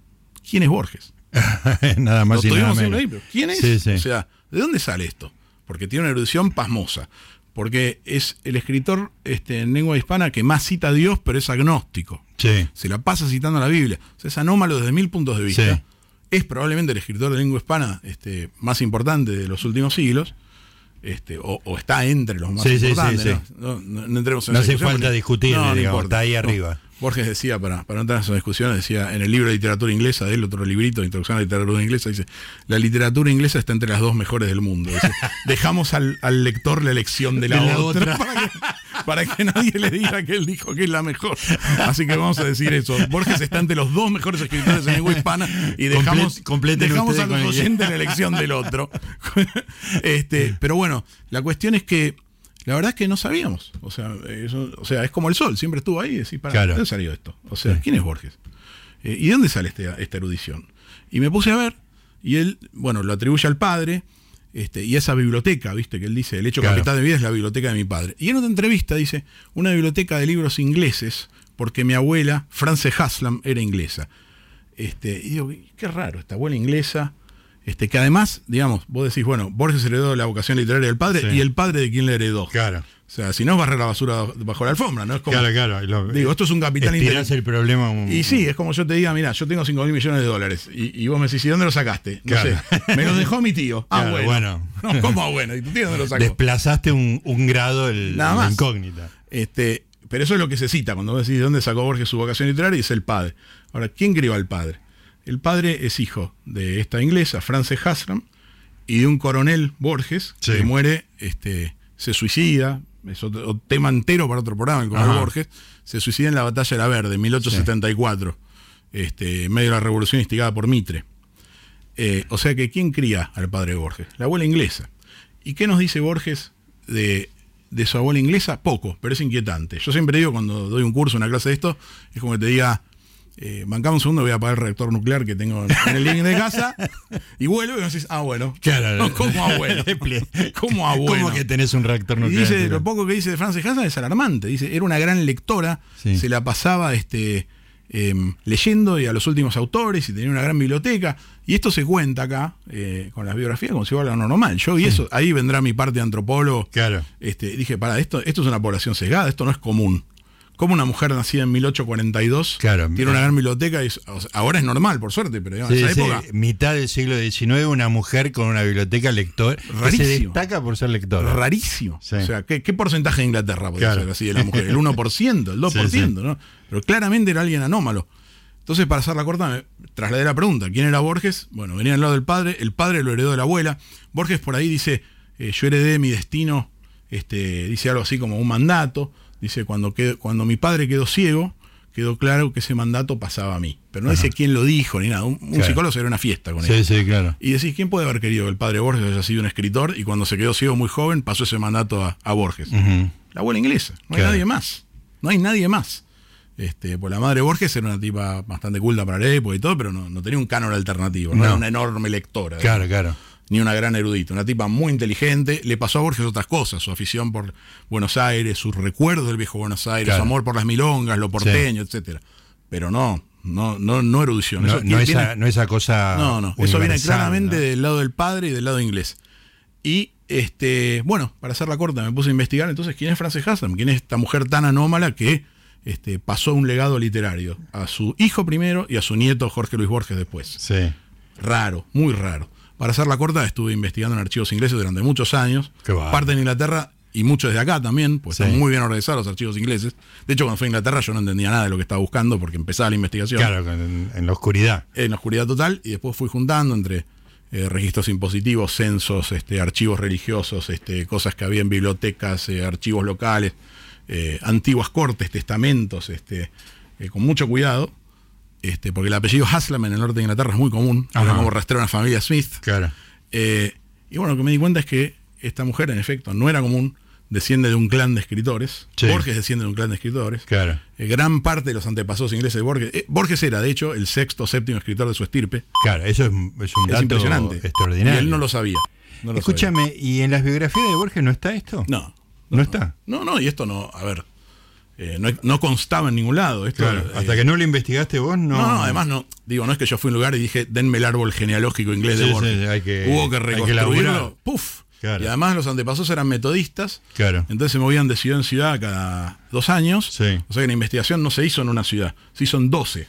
S3: ¿Quién es Borges?
S2: nada más
S3: Lo
S2: y nada
S3: tuvimos siempre
S2: menos.
S3: ahí, pero ¿quién es?
S2: Sí, sí.
S3: O sea, ¿de dónde sale esto? Porque tiene una erudición pasmosa. Porque es el escritor este, en lengua hispana que más cita a Dios, pero es agnóstico.
S2: Sí.
S3: Se la pasa citando a la Biblia. O sea, es anómalo desde mil puntos de vista.
S2: Sí.
S3: Es probablemente el escritor de lengua hispana este, más importante de los últimos siglos. Este, o, o está entre los más
S2: Sí, sí,
S3: importantes.
S2: sí, sí.
S3: No, No- no entremos en
S2: No
S3: esa
S2: hace
S3: discusión
S2: falta
S3: porque-
S2: discutirle, digamos,
S3: importa.
S2: está ahí arriba.
S3: Borges decía, para, para no entrar en esas discusiones, decía en el libro de literatura inglesa, del otro librito de introducción a la literatura inglesa, dice, la literatura inglesa está entre las dos mejores del mundo. Dice, dejamos al, al lector la elección de la,
S2: De la
S3: otra,
S2: otra.
S3: Para, que, para que nadie le diga que él dijo que es la mejor. Así que vamos a decir eso. Borges está entre los dos mejores escritores en lengua hispana y dejamos,
S2: Comple- completen
S3: dejamos a
S2: ustedes
S3: los
S2: con el-
S3: oyentes la elección del otro. este, pero bueno, la cuestión es que la verdad es que no sabíamos. O sea, eso- o sea es como el sol, siempre estuvo ahí y decís, para,
S2: Claro.
S3: ¿de dónde salió esto? O sea,
S2: Sí.
S3: ¿quién es Borges? Eh, ¿Y de dónde sale este- esta erudición? Y me puse a ver, y él, bueno, lo atribuye al padre, este, y esa biblioteca, viste, que él dice, el hecho
S2: Claro.
S3: capital de mi vida es la biblioteca de mi padre. Y en otra entrevista dice, una biblioteca de libros ingleses, porque mi abuela, Frances Haslam, era inglesa. Este, y digo, qué raro, esta abuela inglesa. Este, que además, digamos, vos decís, bueno, Borges heredó la vocación literaria del padre
S2: Sí.
S3: y el padre de quién le heredó.
S2: Claro.
S3: O sea, si no, barrer la basura bajo la alfombra, ¿no? Es como,
S2: Claro, claro. Lo-
S3: Digo, esto es un capital
S2: estirás
S3: intelectual.
S2: el problema. un-
S3: Y sí, es como yo te diga, mira, yo tengo 5 mil millones de dólares. Y, y vos me decís, ¿y dónde lo sacaste? No
S2: Claro.
S3: sé. Me lo dejó mi tío. Ah,
S2: Claro,
S3: bueno.
S2: bueno.
S3: No, ¿Cómo ah, bueno? ¿Y tu tío dónde lo sacó?
S2: Desplazaste un, un grado el,
S3: Nada
S2: la
S3: más.
S2: incógnita.
S3: Este, pero eso es lo que se cita cuando vos decís de dónde sacó Borges su vocación literaria y es el padre. Ahora, ¿quién crió al padre? El padre es hijo de esta inglesa, Frances Haslam, y de un coronel Borges
S2: Sí.
S3: que muere, este, se suicida, es otro, otro tema entero para otro programa, el coronel
S2: Ajá.
S3: Borges, se suicida en la batalla de la Verde, en 1874, este, en medio de la revolución instigada por Mitre. Eh, o sea que, ¿quién cría al padre Borges? La abuela inglesa. ¿Y qué nos dice Borges de, de su abuela inglesa? Poco, pero es inquietante. Yo siempre digo cuando doy un curso, una clase de esto, es como que te diga, eh, bancame un segundo, voy a apagar el reactor nuclear que tengo en el living de casa, y vuelvo y me decís, ah, bueno. No, ¿Cómo abuelo? ¿Cómo abuelo?
S2: ¿Cómo que tenés un reactor
S3: Y
S2: nuclear?
S3: dice, lo poco que dice de Frances Hassan es alarmante. Dice, era una gran lectora,
S2: Sí.
S3: se la pasaba este, em, leyendo y a los últimos autores y tenía una gran biblioteca. Y esto se cuenta acá eh, con las biografías como si fuera lo normal. Yo y eso, ahí vendrá mi parte de antropólogo.
S2: Claro.
S3: Este, dije, para, esto, esto es una población sesgada, esto no es común. Como una mujer nacida en 1842
S2: Claro. eh.
S3: tiene una gran biblioteca, y es- o sea, ahora es normal, por suerte, pero digamos,
S2: Sí,
S3: en esa
S2: sí,
S3: época
S2: mitad del siglo XIX, una mujer con una biblioteca lector que se
S3: Rarísimo.
S2: destaca por ser lectora.
S3: rarísimo.
S2: Sí.
S3: O sea, ¿qué, qué porcentaje de Inglaterra podría
S2: Claro.
S3: ser así de la mujer? El 1%, el 2%,
S2: Sí,
S3: ¿no? Pero claramente era alguien anómalo. Entonces, para hacer la corta, me trasladé la pregunta. ¿Quién era Borges? Bueno, venía al lado del padre, el padre lo heredó de la abuela. Borges por ahí dice, eh, yo heredé mi destino, este, dice algo así como un mandato. Dice, cuando, qued- cuando mi padre quedó ciego, quedó claro que ese mandato pasaba a mí. Pero no dice quién lo dijo ni nada. Un, un
S2: Claro.
S3: psicólogo era una fiesta con él.
S2: Sí, sí, claro.
S3: Y decís, ¿quién puede haber querido que el padre Borges haya sido un escritor y cuando se quedó ciego muy joven pasó ese mandato a, a Borges?
S2: Ujú.
S3: La abuela inglesa, no hay
S2: Claro.
S3: nadie más. No hay nadie más. Este, pues la madre Borges era una tipa bastante culta para la época y todo, pero no, no tenía un canon alternativo, no,
S2: No.
S3: era una enorme lectora,
S2: Claro, claro.
S3: ni una gran erudita, una tipa muy inteligente, le pasó a Borges otras cosas, su afición por Buenos Aires, sus recuerdos del viejo Buenos Aires,
S2: Claro.
S3: su amor por las milongas, lo porteño, etcétera. Pero no, no, no, no erudición.
S2: No,
S3: Eso
S2: no
S3: viene-
S2: esa, no esa cosa.
S3: no, no. Eso viene
S2: Ah, universal,
S3: claramente
S2: ¿no?
S3: del lado del padre y del lado inglés. Y este, bueno, para hacerla corta, me puse a investigar entonces quién es Frances Haslam, quién es esta mujer tan anómala que este, pasó un legado literario a su hijo primero y a su nieto Jorge Luis Borges después.
S2: Sí.
S3: Raro, muy raro. Para hacerla corta, estuve investigando en archivos ingleses durante muchos años,
S2: Qué bárbaro.
S3: parte en Inglaterra y muchos desde acá también, pues
S2: Sí.
S3: están muy bien organizados los archivos ingleses. De hecho, cuando fui a Inglaterra yo no entendía nada de lo que estaba buscando porque empezaba la investigación
S2: Claro, con- en, en la oscuridad.
S3: en la oscuridad total y después fui juntando entre eh, registros impositivos, censos, este, archivos religiosos, este, cosas que había en bibliotecas, eh, archivos locales, eh, antiguas cortes, testamentos, este, eh, con mucho cuidado, este, porque el apellido Haslam en el norte de Inglaterra es muy común,
S2: Ajá.
S3: era como rastreo de la familia Smith.
S2: Claro.
S3: Eh, y bueno, lo que me di cuenta es que esta mujer, en efecto, no era común, desciende de un clan de escritores,
S2: Sí.
S3: Borges desciende de un clan de escritores,
S2: Claro.
S3: Eh, gran parte de los antepasados ingleses de Borges, eh, Borges era, de hecho, el sexto o séptimo escritor de su estirpe,
S2: Claro, eso es, es un
S3: es
S2: dato
S3: impresionante.
S2: extraordinario.
S3: Y él no lo sabía. No lo
S2: Escúchame, ¿y en las biografías de Borges no está esto?
S3: sabía. No.
S2: No, está.
S3: No, no, y esto no, a ver, eh, no, no constaba en ningún lado. Esto,
S2: Claro.
S3: eh,
S2: Hasta que no lo investigaste vos, no.
S3: No, no, además no. Digo, no es que yo fui a un lugar y dije, denme el árbol genealógico inglés
S2: Sí,
S3: de Borges.
S2: sí, hay que-
S3: Hubo que
S2: hay que
S3: reconstruirlo.
S2: laburar.
S3: Puf.
S2: Claro.
S3: Y además los antepasados eran metodistas.
S2: Claro.
S3: Entonces se movían de ciudad en ciudad cada dos años.
S2: Sí.
S3: O sea que la investigación no se hizo en una ciudad, se hizo en 12.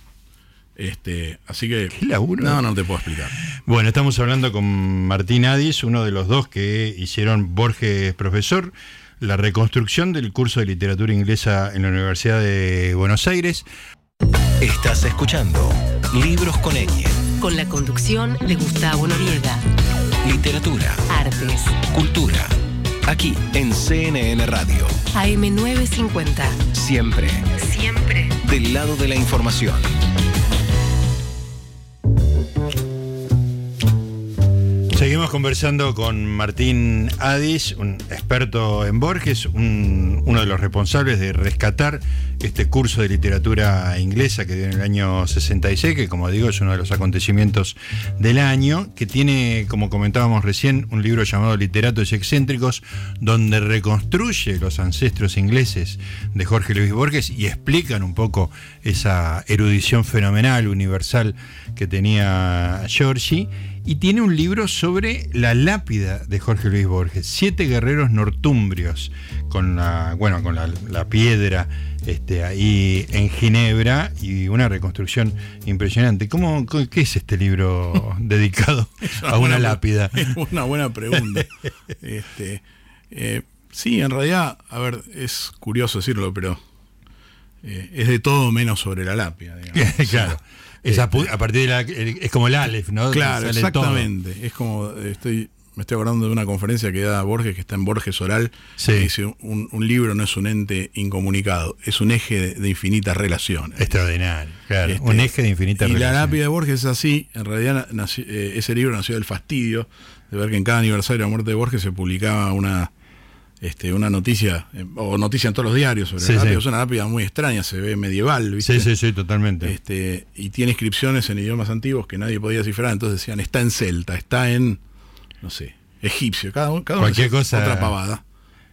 S3: Este, así que.
S2: Qué laburo.
S3: No, no te puedo explicar.
S2: Bueno, estamos hablando con Martín Adis, uno de los dos que hicieron Borges Profesor, la reconstrucción del curso de literatura inglesa en la Universidad de Buenos Aires.
S5: Estás escuchando Libros con ñ,
S4: con la conducción de Gustavo Noriega.
S5: literatura,
S4: Artes,
S5: cultura. Aquí en CNN Radio.
S4: AM950.
S5: Siempre
S4: Siempre.
S5: del lado de la información.
S2: Seguimos conversando con Martín Adis, un experto en Borges, un- uno de los responsables de rescatar este curso de literatura inglesa que dio en el año 66, que como digo es uno de los acontecimientos del año, que tiene, como comentábamos recién, un libro llamado Literatos y Excéntricos, donde reconstruye los ancestros ingleses de Jorge Luis Borges y explican un poco esa erudición fenomenal, universal que tenía Giorgi. Y tiene un libro sobre la lápida de Jorge Luis Borges, Siete Guerreros Nortumbrios, con la, bueno, con la, la piedra este, ahí en Ginebra y una reconstrucción impresionante. ¿Cómo, co- ¿Qué es este libro dedicado a una lápida?
S3: Es una buena pregunta. Este, eh, sí, en realidad, a ver, es curioso decirlo, pero eh, es de todo menos sobre la lápida. digamos.
S2: claro. Es a, pu- a partir de la, es como el Aleph, ¿no?
S3: Claro,
S2: Sale todo.
S3: exactamente. Es como eh, estoy, me estoy acordando de una conferencia que da Borges, que está en Borges Oral,
S2: Sí.
S3: que dice un, un libro no es un ente incomunicado, es un eje de, de infinitas relaciones.
S2: Extraordinario, claro.
S3: Este,
S2: un eje de infinita
S3: y la
S2: relación.
S3: lápida de Borges es así, en realidad na- nació- eh, ese libro nació del fastidio de ver que en cada aniversario de la muerte de Borges se publicaba una este, una noticia, eh, o noticia en todos los diarios sobre
S2: Sí,
S3: la lápida,
S2: sí.
S3: es una lápida muy extraña, se ve medieval, ¿viste?
S2: Sí, sí, sí, totalmente.
S3: Este, y tiene inscripciones en idiomas antiguos que nadie podía descifrar, entonces decían, está en celta, está en, no sé, egipcio, cada, uno- cada uno
S2: Cualquier
S3: decía
S2: cosa-
S3: otra pavada.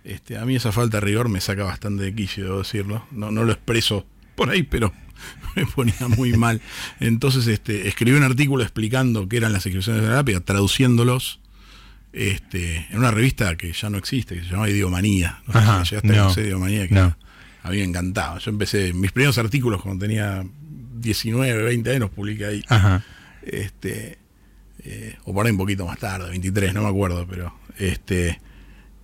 S3: Este, a mí esa falta de rigor me saca bastante de quicio, debo decirlo. No, no lo expreso por ahí, pero me ponía muy mal. Entonces este, escribí un artículo explicando qué eran las inscripciones de la lápida, traduciéndolos este, en una revista que ya no existe, que se llama Idiomanía. No sé
S2: Ajá,
S3: si llegaste a
S2: no,
S3: conocer Idiomanía, que
S2: no.
S3: a mí me encantaba. Yo empecé mis primeros artículos cuando tenía 19, 20 años, los publiqué ahí.
S2: Ajá.
S3: Este, eh, o por ahí un poquito más tarde, 23, no me acuerdo, pero. Este,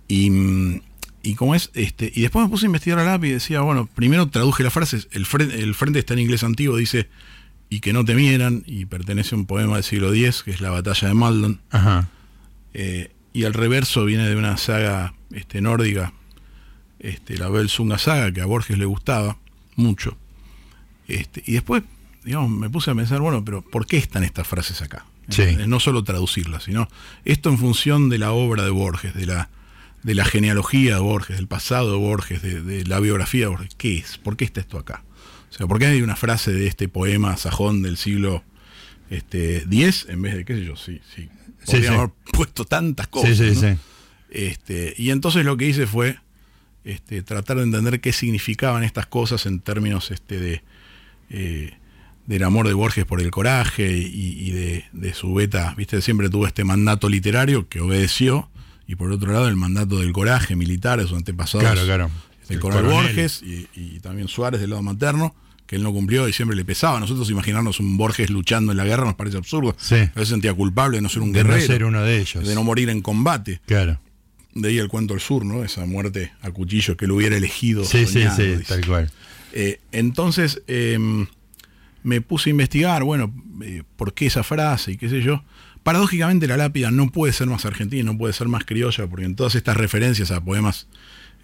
S3: y, mm, y como es, este, y después me puse a investigar a lápiz y decía, bueno, primero traduje las frases, el, fren- el frente está en inglés antiguo, dice, y que no temieran, y pertenece a un poema del siglo X, que es la batalla de Maldon.
S2: Ajá.
S3: Eh, y el reverso viene de una saga este, nórdica, este, la Belsunga saga, que a Borges le gustaba mucho. Este, y después, digamos, me puse a pensar, bueno, pero ¿por qué están estas frases acá?
S2: Sí.
S3: ¿Entendés? No solo traducirlas, sino esto en función de la obra de Borges, de la, de la genealogía de Borges, del pasado de Borges, de, de la biografía de Borges. ¿Qué es? ¿Por qué está esto acá? O sea, ¿por qué hay una frase de este poema sajón del siglo este, 10 en vez de, qué sé yo, sí, sí.
S2: Sí,
S3: Podrían
S2: sí.
S3: haber puesto tantas
S2: Sí,
S3: cosas.
S2: sí,
S3: ¿no?
S2: sí.
S3: Este, y entonces lo que hice fue este, tratar de entender qué significaban estas cosas en términos este, de, eh, del amor de Borges por el coraje y, y de, de su beta. Viste, siempre tuvo este mandato literario que obedeció, y por otro lado el mandato del coraje militar de sus antepasados.
S2: Claro, claro.
S3: El,
S2: El
S3: coronel,
S2: coronel.
S3: Borges y, y también Suárez del lado materno, que él no cumplió y siempre le pesaba. Nosotros imaginarnos un Borges luchando en la guerra nos parece absurdo.
S2: Sí.
S3: A veces sentía culpable de no ser un
S2: De
S3: guerrero,
S2: no ser uno de ellos.
S3: de no morir en combate.
S2: Claro.
S3: De ahí el cuento del sur, ¿no? Esa muerte a cuchillo que lo hubiera elegido.
S2: Sí, sí,
S3: soñado,
S2: sí,
S3: dice.
S2: tal cual.
S3: Eh, entonces em, eh, me puse a investigar, bueno, eh, por qué esa frase y qué sé yo. Paradójicamente la lápida no puede ser más argentina, no puede ser más criolla, porque en todas estas referencias a poemas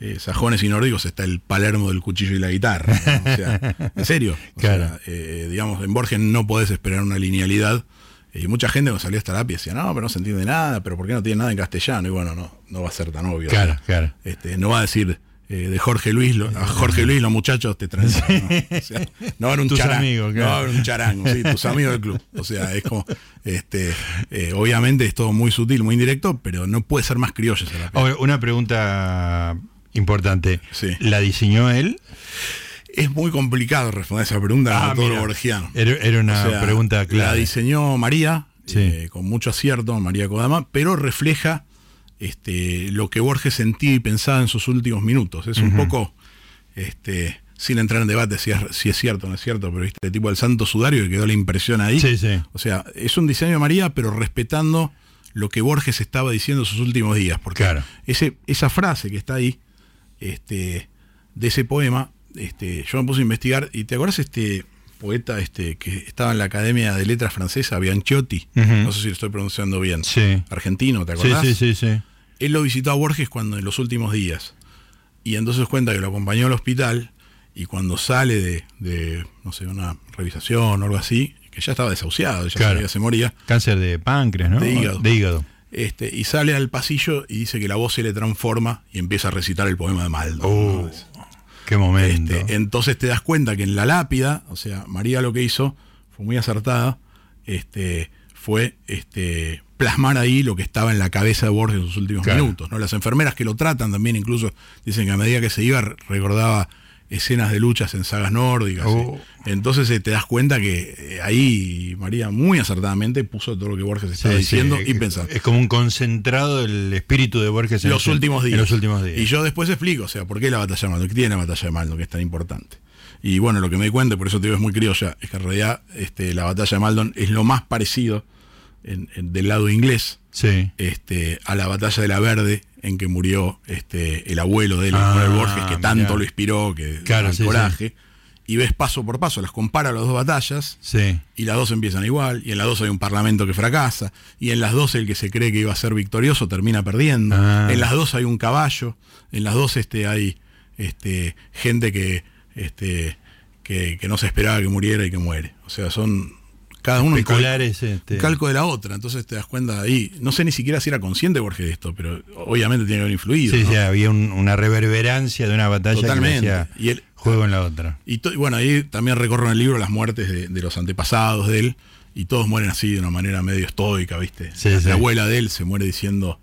S3: eh, sajones y nórdicos está el Palermo del cuchillo y la guitarra. ¿no? O sea, en serio. O
S2: Claro.
S3: sea, eh, digamos, en Borges no podés esperar una linealidad. eh, Y mucha gente cuando salió esta lápida decía, no, pero no se entiende nada, pero ¿por qué no tiene nada en castellano? Y bueno, no, no va a ser tan obvio.
S2: Claro, claro.
S3: Este, no va a decir eh, de Jorge Luis, lo- a Jorge Luis los muchachos te traen. ¿no? O sea, no va a haber un
S2: Tus
S3: charango.
S2: amigos, claro.
S3: No va a haber un charango, sí, tus amigos del club. O sea, es como, este, eh, obviamente es todo muy sutil, muy indirecto, pero no puede ser más criollo esa lápida.
S2: Ahora, una pregunta importante.
S3: Sí.
S2: ¿La diseñó él?
S3: Es muy complicado responder esa pregunta a todo
S2: Ah, mira. Eh,
S3: borgiano.
S2: Era, era una
S3: O sea,
S2: pregunta
S3: La
S2: clara.
S3: diseñó María,
S2: Sí.
S3: eh, con mucho acierto, María Kodama, pero refleja este, lo que Borges sentía y pensaba en sus últimos minutos. Es un poco, este, sin entrar en debate si es, si es cierto o no es cierto, pero viste, tipo el santo sudario que quedó la impresión ahí.
S2: Sí, sí.
S3: O sea, es un diseño de María, pero respetando lo que Borges estaba diciendo en sus últimos días. Porque
S2: Claro.
S3: ese, esa frase que está ahí, este, de ese poema, este, yo me puse a investigar. ¿Y te acuerdas este poeta este, que estaba en la Academia de Letras Francesa, Bianchiotti?
S2: Ujú.
S3: No sé si lo estoy pronunciando bien.
S2: Sí.
S3: Argentino, ¿te
S2: Sí,
S3: acordás?
S2: sí, sí, sí.
S3: Él lo visitó a Borges cuando en los últimos días. Y entonces cuenta que lo acompañó al hospital y cuando sale de, de, no sé, una revisación o algo así, que ya estaba desahuciado, ya
S2: Claro.
S3: sabía que se moría,
S2: Cáncer de páncreas, ¿no?
S3: De hígado.
S2: De hígado.
S3: este, y sale al pasillo y dice que la voz se le transforma y empieza a recitar el poema de Maldo.
S2: Oh, qué momento.
S3: Este, entonces te das cuenta que en la lápida, o sea, María lo que hizo fue muy acertada, este, fue este, plasmar ahí lo que estaba en la cabeza de Borges en sus últimos
S2: Claro.
S3: minutos. ¿no? Las enfermeras que lo tratan también incluso dicen que a medida que se iba re- recordaba escenas de luchas en sagas nórdicas.
S2: Oh.
S3: ¿sí? Entonces eh, te das cuenta que eh, ahí María muy acertadamente puso todo lo que Borges estaba
S2: Sí,
S3: diciendo
S2: sí,
S3: y
S2: es-
S3: pensando.
S2: Es como un concentrado del espíritu de Borges en
S3: los últimos días.
S2: En los últimos días.
S3: Y yo después explico, o sea, por qué la batalla de Maldo, qué tiene la batalla de Maldo, que es tan importante. Y bueno, lo que me di cuenta, por eso te digo, es muy criolla, es que en realidad este, la batalla de Maldon es lo más parecido en- en- del lado inglés
S2: sí.
S3: este, a la batalla de la Verde, en que murió este, el abuelo de él,
S2: Ah,
S3: Manuel Borges, que tanto
S2: mirá.
S3: lo inspiró, que
S2: Claro,
S3: al
S2: sí,
S3: coraje. Y ves paso por paso, las compara las dos batallas,
S2: Sí.
S3: y las dos empiezan igual, y en las dos hay un parlamento que fracasa, y en las dos el que se cree que iba a ser victorioso termina perdiendo,
S2: Ah.
S3: en las dos hay un caballo, en las dos este, hay este, gente que, este, que, que no se esperaba que muriera y que muere. O sea, son cada uno un cal-
S2: Peculares,
S3: un
S2: este.
S3: calco de la otra, entonces te das cuenta ahí. No sé ni siquiera si era consciente Borges de esto, pero obviamente tiene que haber influido.
S2: Sí,
S3: ¿no?
S2: sí, había un- una reverberancia de una batalla
S3: Totalmente.
S2: que le hacía
S3: Y él-
S2: juego en la otra.
S3: Y, to- y bueno, ahí también recorro en el libro las muertes de, de los antepasados de él, y todos mueren así de una manera medio estoica, ¿viste?
S2: Sí,
S3: la,
S2: sí.
S3: la abuela de él se muere diciendo,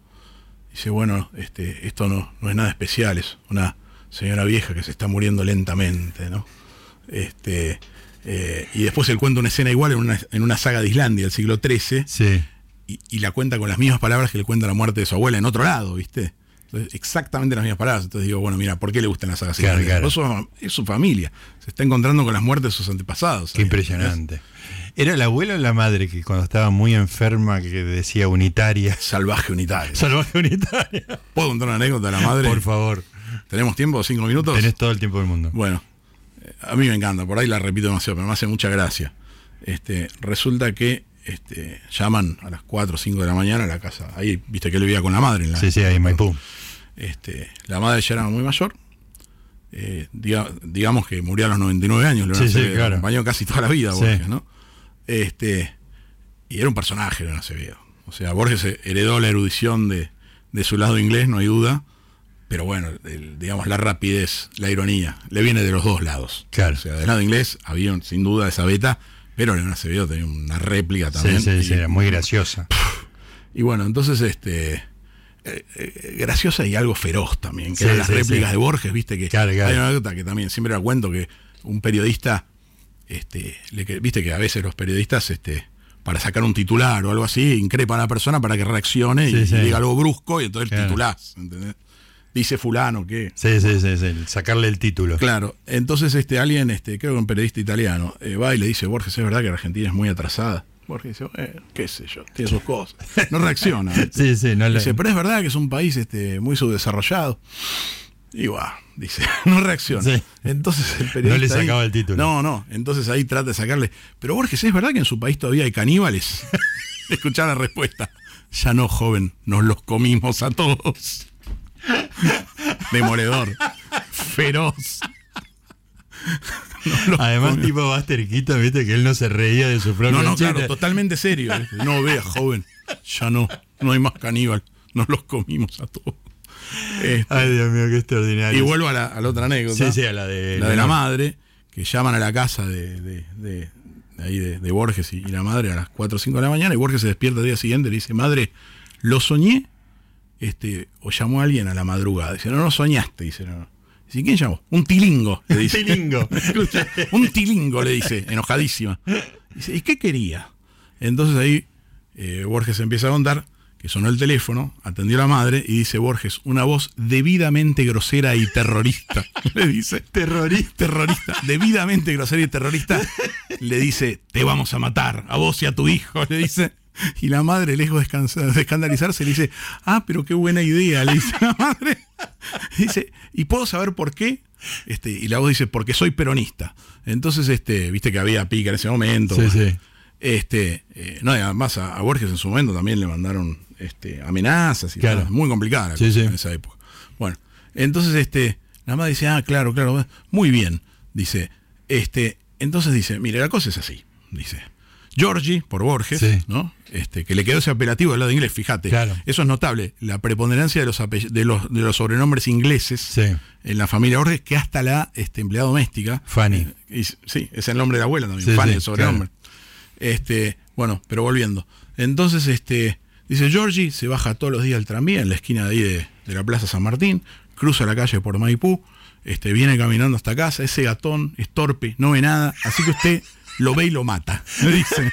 S3: dice, bueno, este, esto no, no es nada especial, es una señora vieja que se está muriendo lentamente, ¿no? Este, eh, y después él cuenta una escena igual en una, en una saga de Islandia del siglo XIII,
S2: Sí.
S3: y, y la cuenta con las mismas palabras que le cuenta la muerte de su abuela en otro lado, ¿viste? Entonces, exactamente las mismas palabras. Entonces digo, bueno, mira, ¿por qué le gustan las sagas
S2: Claro,
S3: islandesas?
S2: claro.
S3: Por eso es su familia. Se está encontrando con las muertes de sus antepasados.
S2: Qué
S3: ¿sabes?
S2: impresionante. ¿Era la abuela o la madre que cuando estaba muy enferma que decía unitaria?
S3: Es Salvaje unitario.
S2: Salvaje unitaria.
S3: ¿Puedo contar una anécdota de la madre?
S2: Por favor.
S3: ¿Tenemos tiempo? ¿Cinco minutos?
S2: Tenés todo el tiempo del mundo.
S3: Bueno, eh, a mí me encanta, por ahí la repito demasiado, pero me hace mucha gracia. Este, resulta que este, llaman a las 4 o 5 de la mañana a la casa. Ahí, viste que él vivía con la madre en la,
S2: Sí, sí, ahí en Maipú.
S3: Este, la madre ya era muy mayor. Eh, diga- digamos que murió a los 99 años, lo
S2: Sí, sí, claro.
S3: acompañó casi toda la vida a
S2: Sí.
S3: Borges, ¿no? Este, y era un personaje León Acevedo. O sea, Borges eh, heredó la erudición de, de su lado inglés, no hay duda. Pero bueno, el- digamos, la rapidez, la ironía, le viene de los dos lados.
S2: Claro.
S3: O sea, del lado inglés había un- sin duda esa beta, pero León Acevedo tenía una réplica
S2: Sí,
S3: también.
S2: sí,
S3: y-
S2: sí, era muy graciosa.
S3: y bueno, entonces, este. eh, eh, graciosa y algo feroz también, que
S2: Sí,
S3: eran las
S2: sí,
S3: réplicas
S2: sí.
S3: de Borges, viste que
S2: Claro, claro.
S3: hay una anécdota que también siempre la cuento que un periodista, este, le que- viste que a veces los periodistas, este, para sacar un titular o algo así, increpan a la persona para que reaccione y,
S2: Sí, sí.
S3: y diga algo brusco y entonces
S2: Claro.
S3: el titulás, ¿entendés? Dice fulano que.
S2: Sí, sí, sí, sí, el sacarle el título.
S3: Claro, entonces este alguien, este, creo que un periodista italiano, eh, va y le dice, Borges, es verdad que Argentina es muy atrasada. Borges dice, "Bueno, qué sé yo, tiene sus cosas. No reacciona.
S2: Sí, sí, no la-
S3: Dice, pero es verdad que es un país este, muy subdesarrollado. Y guau, dice, no reacciona.
S2: Sí.
S3: Entonces el periodista.
S2: No le
S3: ahí-
S2: sacaba el título.
S3: No, no. Entonces ahí trata de sacarle. Pero Borges, ¿es verdad que en su país todavía hay caníbales? Escuchá la respuesta. Ya no, joven, nos los comimos a todos. Demoledor. Feroz. Nos los
S2: Además,
S3: comimos.
S2: tipo más terquita, viste, que él no se reía de su propio
S3: No, no,
S2: chiste.
S3: claro, totalmente serio. ¿eh? No veas, joven. Ya no, no hay más caníbal. Nos los comimos a todos. Este,
S2: Ay, Dios mío, qué extraordinario.
S3: y vuelvo a la, a la otra anécdota.
S2: Ah, Sí, sí, a la de
S3: la de la madre, que llaman a la casa de, de- de- de ahí de, de Borges y, y la madre a las 4 o 5 de la mañana, y Borges se despierta al día siguiente y le dice, madre, ¿lo soñé? Este, o llamó a alguien a la madrugada. Dice, no, no soñaste, dice, no, no. Dice, ¿quién llamó? Un tilingo, le dice.
S2: Tilingo.
S3: Escucha, un tilingo, le dice, enojadísima. Dice, ¿y qué quería? Entonces ahí eh, Borges empieza a contar que sonó el teléfono, atendió la madre y dice Borges, una voz debidamente grosera y terrorista, le dice
S2: Terrorista.
S3: terrorista, debidamente grosero y terrorista, le dice, te vamos a matar, a vos y a tu hijo, le dice. Y la madre, lejos de escansa- de escandalizarse, le dice, ah, pero qué buena idea, le dice la madre. Dice, ¿y puedo saber por qué? Este, y la voz dice, porque soy peronista. Entonces, este, viste que había pica en ese momento.
S2: Sí, sí.
S3: Este, eh, no, y además a, a Borges en su momento también le mandaron este, amenazas y
S2: Claro.
S3: cosas. muy complicada la
S2: Sí,
S3: cosa
S2: sí.
S3: en esa época. Bueno, entonces este, la madre dice, ah, claro, claro, muy bien. Dice, este, entonces dice, mire, la cosa es así. Dice, Georgie, por Borges,
S2: Sí.
S3: ¿no? Este, que le quedó ese apelativo al lado inglés, fíjate.
S2: Claro.
S3: Eso es notable, la preponderancia de los, apell- de los, de los sobrenombres ingleses
S2: Sí.
S3: en la familia Borges, que hasta la este, empleada doméstica.
S2: Fanny.
S3: Eh, y- sí, es el nombre de la abuela también,
S2: Sí,
S3: Fanny,
S2: sí,
S3: el sobrenombre. Este, bueno, pero volviendo. Entonces, este, dice Georgie, se baja todos los días al tranvía en la esquina de ahí de, de la Plaza San Martín, cruza la calle por Maipú, este, viene caminando hasta casa, ese gatón es torpe, no ve nada, así que usted lo ve y lo mata, le dicen.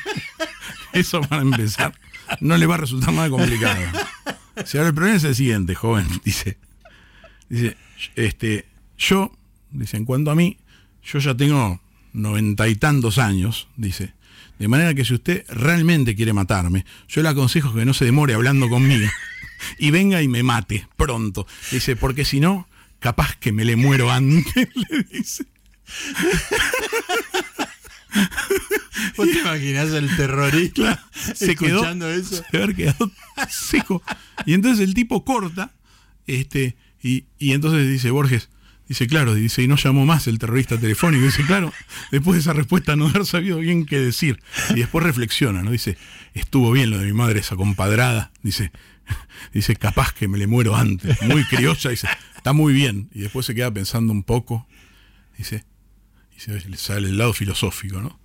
S3: Eso para empezar, no le va a resultar nada complicado. Si ahora el problema es el siguiente, joven, dice. Dice, este, yo, dice, en cuanto a mí, yo ya tengo noventa y tantos años, dice. De manera que si usted realmente quiere matarme, yo le aconsejo que no se demore hablando conmigo y venga y me mate pronto. Dice, porque si no, capaz que me le muero antes, le dice.
S2: ¿Vos te imaginás al terrorista
S3: se quedó,
S2: escuchando eso?
S3: se haber quedado seco. Y entonces el tipo corta, este, y, y entonces dice Borges, dice, claro, dice, y no llamó más el terrorista telefónico. Dice, claro, después de esa respuesta no haber sabido bien qué decir. Y después reflexiona, ¿no? Dice, estuvo bien lo de mi madre, esa compadrada. Dice, dice, capaz que me le muero antes. Muy criolla, dice, está muy bien. Y después se queda pensando un poco. Dice, y se le sale el lado filosófico, ¿no?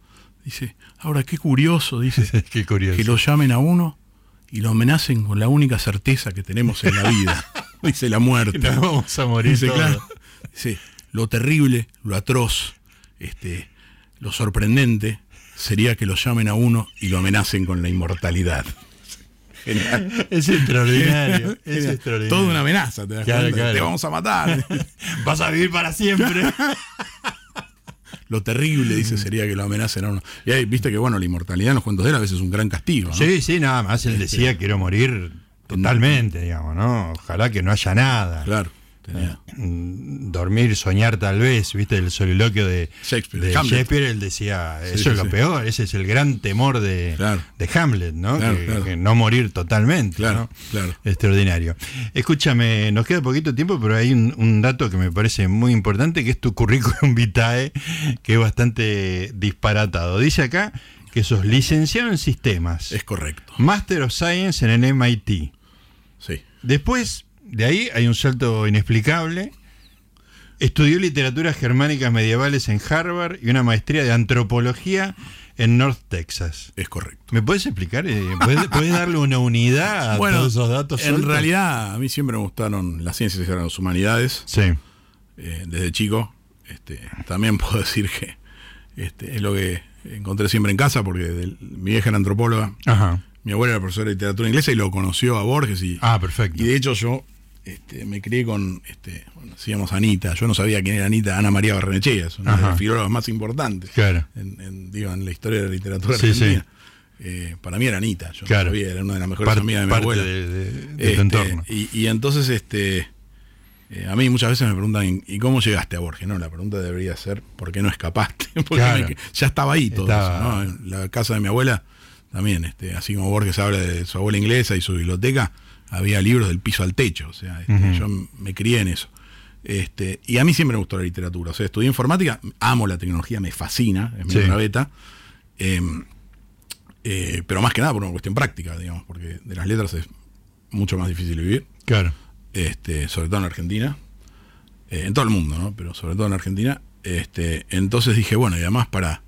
S3: Dice, ahora qué curioso, dice,
S2: Qué curioso.
S3: que lo llamen a uno y lo amenacen con la única certeza que tenemos en la vida. Dice la muerte.
S2: Nos vamos a morir
S3: Dice,
S2: todos.
S3: claro. Dice, lo terrible, lo atroz, este, lo sorprendente sería que lo llamen a uno y lo amenacen con la inmortalidad. Genial.
S2: Es extraordinario. es
S3: Genial.
S2: extraordinario.
S3: Toda una amenaza, te das
S2: Claro,
S3: cuenta,
S2: claro.
S3: Te vamos a matar.
S2: Vas a vivir para siempre.
S3: lo terrible,
S2: Mm.
S3: dice, sería que lo amenacen a uno. Y ahí, viste que, bueno, la inmortalidad en los cuentos de él a veces es un gran castigo. ¿no?
S2: sí, sí, nada más. Él decía quiero morir totalmente, digamos, ¿no? Ojalá que no haya nada.
S3: Claro. tenía-
S2: Mm, Dormir, soñar tal vez, viste, el soliloquio de
S3: Shakespeare,
S2: de
S3: de Hamlet.
S2: Shakespeare, él decía, eso
S3: sí,
S2: es lo
S3: sí.
S2: peor, ese es el gran temor de,
S3: Claro.
S2: de Hamlet, ¿no?
S3: Claro,
S2: que,
S3: claro.
S2: que no morir totalmente.
S3: Claro,
S2: ¿no?
S3: claro.
S2: Extraordinario. Escúchame, nos queda poquito tiempo, pero hay un, un dato que me parece muy importante, que es tu currículum vitae, que es bastante disparatado. Dice acá que sos licenciado en sistemas,
S3: Es correcto.
S2: Master of Science en el MIT.
S3: Sí.
S2: Después de ahí hay un salto inexplicable. Estudió literaturas germánicas medievales en Harvard y una maestría de antropología en North Texas.
S3: Es correcto.
S2: ¿Me puedes explicar? eh, ¿Puedes, puedes darle una unidad a Ah, todos esos datos?
S3: En
S2: sueltos?
S3: realidad, a mí siempre me gustaron las ciencias y las humanidades
S2: Sí.
S3: eh, desde chico. Este, también puedo decir que este, es lo que encontré siempre en casa, porque del- mi vieja era antropóloga,
S2: Ajá.
S3: mi abuela era profesora de literatura inglesa y lo conoció a Borges. Y,
S2: Ah, perfecto.
S3: y de hecho, yo este, me crié con, este, bueno, decíamos Anita, yo no sabía quién era Anita, Ana María Barrenechea, es una de
S2: Ajá.
S3: las filólogas más importantes
S2: Claro.
S3: en, en- digo, en la historia de la literatura
S2: Sí, sí.
S3: argentina. Eh, para mí era Anita, yo no
S2: Claro.
S3: sabía, era una de las mejores
S2: Parte,
S3: amigas de mi
S2: parte
S3: abuela.
S2: de, de- de tu
S3: Este,
S2: entorno.
S3: Y, y entonces, este, eh, a mí muchas veces me preguntan, ¿y cómo llegaste a Borges? No, la pregunta debería ser, ¿por qué no escapaste? Porque
S2: Claro.
S3: me- ya estaba ahí todo
S2: Estaba-
S3: eso, ¿no? En la casa de mi abuela también, este, así como Borges habla de su abuela inglesa y su biblioteca, había libros del piso al techo, o sea, este,
S2: Ujú.
S3: yo me crié en eso. Este, y a mí siempre me gustó la literatura, o sea, estudié informática, amo la tecnología, me fascina, es mi
S2: Sí.
S3: otra beta, Em, eh, pero más que nada por una cuestión práctica, digamos, porque de las letras es mucho más difícil vivir
S2: Claro.
S3: este, sobre todo en Argentina, eh, en todo el mundo, ¿no? pero sobre todo en Argentina. Este, entonces dije, bueno, y además para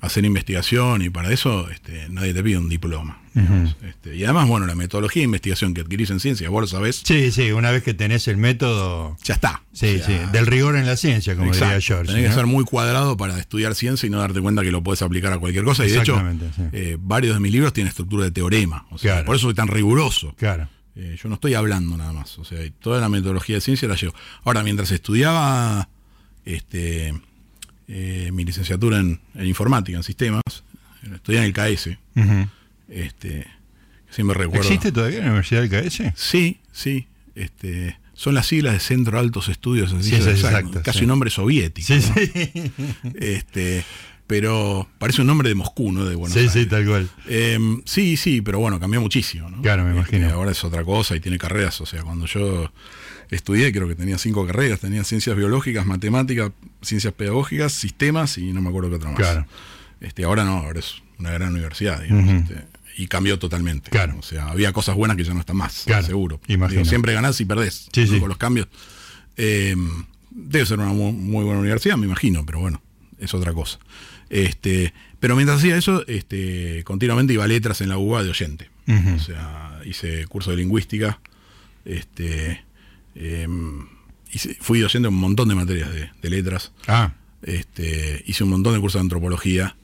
S3: hacer investigación y para eso este, nadie te pide un diploma. digamos. Este, y además, bueno, la metodología de investigación que adquirís en ciencia, vos lo sabés,
S2: Sí, sí, una vez que tenés el método.
S3: ya está.
S2: Sí,
S3: O sea,
S2: sí, del rigor en la ciencia, como
S3: exacto.
S2: diría George.
S3: Tenés que
S2: ¿no?
S3: ser muy cuadrado para estudiar ciencia y no darte cuenta que lo puedes aplicar a cualquier cosa. Y de hecho,
S2: Exactamente, sí.
S3: eh, varios de mis libros tienen estructura de teorema. O sea,
S2: Claro.
S3: Por eso soy tan riguroso.
S2: Claro.
S3: Eh, yo no estoy hablando nada más. O sea, toda la metodología de ciencia la llevo. Ahora, mientras estudiaba este, eh, mi licenciatura en, en informática, en sistemas, estudié en el KS.
S2: Ujú.
S3: Este, siempre recuerdo.
S2: ¿Existe todavía la Universidad del KS?
S3: Sí, sí. Este, son las siglas de Centro Altos Estudios en Ciencias
S2: Ciencias
S3: Exactas,
S2: Exactas,
S3: Casi
S2: sí.
S3: un nombre soviético.
S2: Sí, sí.
S3: Este, pero parece un nombre de Moscú, ¿no? De Buenos
S2: Sí,
S3: Aires.
S2: sí, tal cual.
S3: Eh, sí, sí, pero bueno, cambió muchísimo. ¿no?
S2: Claro, me
S3: Este,
S2: imagino.
S3: ahora es otra cosa y tiene carreras. O sea, cuando yo estudié, creo que tenía cinco carreras. Tenía ciencias biológicas, matemáticas, ciencias pedagógicas, sistemas y no me acuerdo qué otra más.
S2: Claro.
S3: Este, ahora no, ahora es una gran universidad. digamos,
S2: Ujú.
S3: este, y cambió totalmente.
S2: Claro.
S3: O sea, había cosas buenas que ya no están más,
S2: Claro,
S3: seguro.
S2: imagino.
S3: Digo, siempre ganás y perdés
S2: Sí,
S3: ¿no?
S2: sí.
S3: con los cambios. Eh, debe ser una mu- muy, buena universidad, me imagino, pero bueno, es otra cosa. Este, pero mientras hacía eso, este, continuamente iba a letras en la UBA de oyente.
S2: Ujú.
S3: O sea, hice curso de lingüística. Este, em, hice- fui docente en un montón de materias de, de letras.
S2: Ah,
S3: Este, hice un montón de cursos de antropología.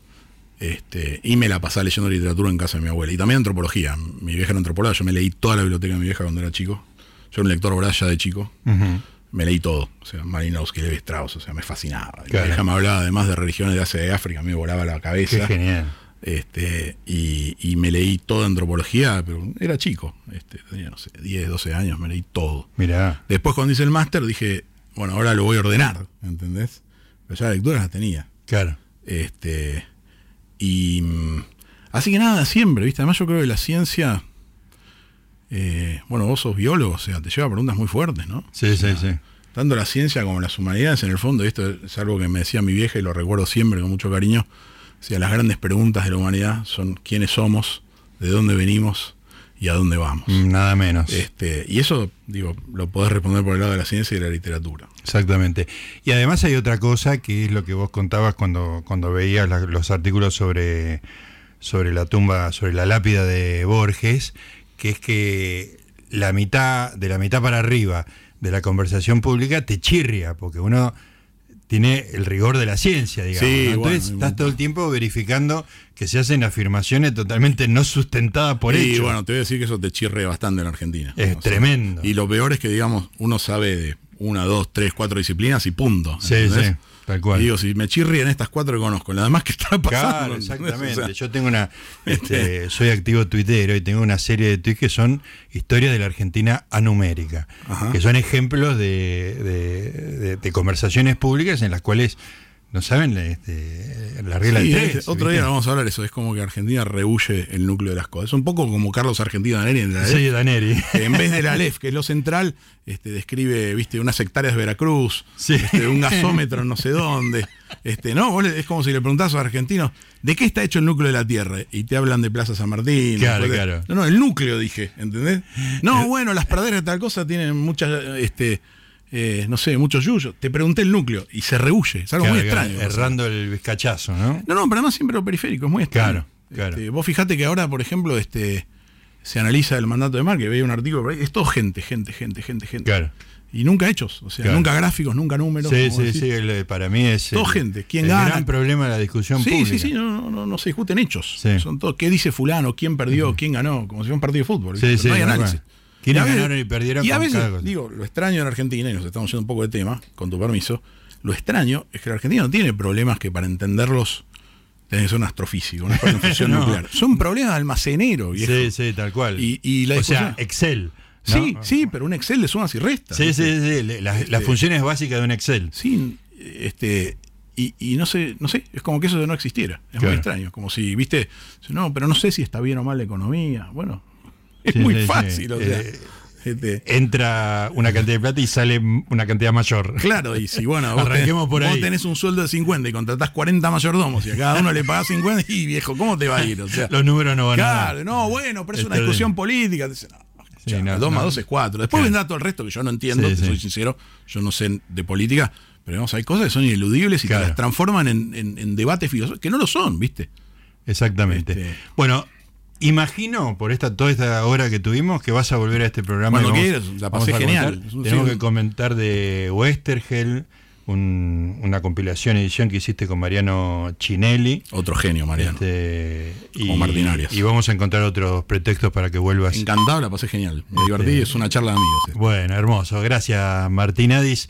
S3: Este, y me la pasaba leyendo literatura en casa de mi abuela. Y también antropología. Mi vieja era antropóloga. Yo me leí toda la biblioteca de mi vieja cuando era chico. Yo era un lector braya de chico.
S2: ujú.
S3: Me leí todo. O sea, Malinowski, Levi Strauss. O sea, me fascinaba. Mi
S2: Claro.
S3: vieja me hablaba además de religiones de Asia y de África. Me volaba la
S2: qué
S3: cabeza.
S2: genial.
S3: Este, y, y me leí toda antropología, pero era chico, este, tenía, no sé, 10, 12 años, me leí todo.
S2: Mirá.
S3: Después cuando hice el máster dije, bueno, ahora lo voy a ordenar, ¿entendés? Pero ya las lecturas las tenía.
S2: Claro.
S3: Este, y mm, así que nada, siempre, ¿viste? Además yo creo que la ciencia, eh, bueno, vos sos biólogo, o sea, te lleva a preguntas muy fuertes, ¿no?
S2: Sí, sí, sí.
S3: tanto la ciencia como las humanidades, en el fondo, y esto es algo que me decía mi vieja y lo recuerdo siempre con mucho cariño, o sea, las grandes preguntas de la humanidad son quiénes somos, de dónde venimos y a dónde vamos.
S2: Mm, Nada menos.
S3: Este, y eso, digo, lo podés responder por el lado de la ciencia y de la literatura.
S2: Exactamente. Y además hay otra cosa que es lo que vos contabas cuando, cuando veías la- los artículos sobre, sobre la tumba, sobre la lápida de Borges, que es que la mitad, de la mitad para arriba de la conversación pública te chirria, porque uno tiene el rigor de la ciencia, digamos.
S3: Sí,
S2: ¿no? Entonces
S3: bueno,
S2: estás todo el tiempo verificando que se hacen afirmaciones totalmente no sustentadas por
S3: y
S2: hecho.
S3: bueno, te voy a decir que eso te chirre bastante en la Argentina.
S2: Es tremendo.
S3: Y lo peor es que, digamos, uno sabe de una, dos, tres, cuatro disciplinas y punto.
S2: sí,
S3: ¿entendés?
S2: sí, tal cual.
S3: Y digo, si me chirría en estas cuatro que conozco, las demás que está pasando.
S2: Claro,
S3: ¿entendés?
S2: exactamente.
S3: O sea,
S2: Yo tengo una. este, soy activo tuitero y tengo una serie de tuits que son historias de la Argentina anumérica,
S3: Ajá.
S2: que son ejemplos de, de- de- de conversaciones públicas en las cuales no saben la, este, la regla
S3: Sí,
S2: de
S3: es-
S2: tres.
S3: otro
S2: ¿viste?
S3: día vamos a hablar de eso. Es como que Argentina rehuye el núcleo de las cosas. Es un poco como Carlos Argentino Daneri en la
S2: Soy
S3: LEF,
S2: Daneri.
S3: que En vez de la LEF, que es lo central, este, describe, viste, unas hectáreas de Veracruz,
S2: Sí.
S3: este, un gasómetro en no sé dónde. Este, no, Vos le- es como si le preguntás a los argentinos, ¿de qué está hecho el núcleo de la Tierra? Y te hablan de Plaza San Martín.
S2: Claro,
S3: después de-
S2: claro. Eh,
S3: No, no, el núcleo, dije, ¿entendés? No, bueno, las praderas de tal cosa tienen muchas, este, eh, no sé, muchos yuyos. Te pregunté el núcleo y se rehuye. Es algo muy
S2: Claro,
S3: extraño.
S2: Errando el vizcachazo, ¿no?
S3: No, no, pero además siempre lo periférico, es muy extraño.
S2: Claro, claro.
S3: Este, vos fijate que ahora, por ejemplo, este se analiza el mandato de Marque, veía un artículo por ahí, es todo gente, gente, gente, gente, gente.
S2: Claro.
S3: Y nunca hechos, o sea,
S2: Claro.
S3: nunca gráficos, nunca números.
S2: Sí,
S3: como
S2: sí,
S3: decís.
S2: sí. el- para mí es.
S3: Todo
S2: el-
S3: gente, ¿quién
S2: el
S3: gana?
S2: gran problema de la discusión
S3: Sí,
S2: pública.
S3: sí, sí, no, no, no, no se discuten hechos.
S2: Sí.
S3: Son todo, ¿qué dice fulano? ¿Quién perdió? ¿Quién ganó? Como si fuera un partido de fútbol.
S2: Sí,
S3: ¿viste?
S2: sí,
S3: no hay
S2: tal cual.
S3: análisis.
S2: ¿Quiénes
S3: a veces-
S2: ganaron y perdieron
S3: Y a
S2: con
S3: veces,
S2: cada cosa?
S3: digo, lo extraño en Argentina, y nos estamos yendo un poco de tema, con tu permiso, lo extraño es que la Argentina no tiene problemas que para entenderlos tenés que ser un astrofísico, una fusión
S2: No.
S3: nuclear. Son problemas de almacenero, viejo.
S2: Sí, sí, tal cual.
S3: Y- y la
S2: o sea,
S3: discusión-
S2: Excel. ¿no?
S3: Sí, sí, pero un Excel de sumas y restas.
S2: Sí,
S3: ¿viste?
S2: sí, sí, le- las, las funciones básicas de un Excel.
S3: Sí, este, Y, y no sé, no sé, es como que eso no existiera. Es
S2: Claro.
S3: muy extraño. Como si, viste, no, pero no sé si está bien o mal la economía. Bueno, es
S2: Sí,
S3: muy
S2: sí, sí.
S3: fácil, o sea.
S2: Eh,
S3: este,
S2: Entra una cantidad de plata y sale una cantidad mayor.
S3: Claro, y si bueno, vos,
S2: Arranquemos
S3: tenés,
S2: por
S3: vos
S2: ahí.
S3: tenés un sueldo de 50 y contratás 40 mayordomos y a cada uno le pagás 50 y viejo, ¿cómo te va a ir? O sea,
S2: Los números no van a
S3: claro,
S2: dar.
S3: no, bueno, pero es una
S2: Está bien.
S3: discusión política. Dicen, no,
S2: Sí,
S3: ya,
S2: no,
S3: dos más
S2: no.
S3: dos es cuatro. Después vendrá todo el resto que yo no entiendo,
S2: Sí,
S3: te
S2: sí.
S3: soy sincero, yo no sé de política, pero vamos, hay cosas que son ineludibles y
S2: Claro.
S3: te las transforman en, en- en debates filosóficos, que no lo son, ¿viste?
S2: Exactamente.
S3: Este-
S2: Bueno, imagino por esta toda esta hora que tuvimos que vas a volver a este programa.
S3: Cuando
S2: y
S3: quieras, la pasé
S2: a
S3: genial.
S2: comentar.
S3: Es un-
S2: Tenemos
S3: sí,
S2: que
S3: un-
S2: comentar de Westergel, un- una compilación edición que hiciste con Mariano Chinelli.
S3: Otro genio, Mariano.
S2: Este, y,
S3: O Martín Arias.
S2: y vamos a encontrar otros pretextos para que vuelvas. Este.
S3: Encantado, la pasé genial. Me divertí, es una charla de amigos. eh.
S2: Bueno, hermoso. Gracias, Martín Adis.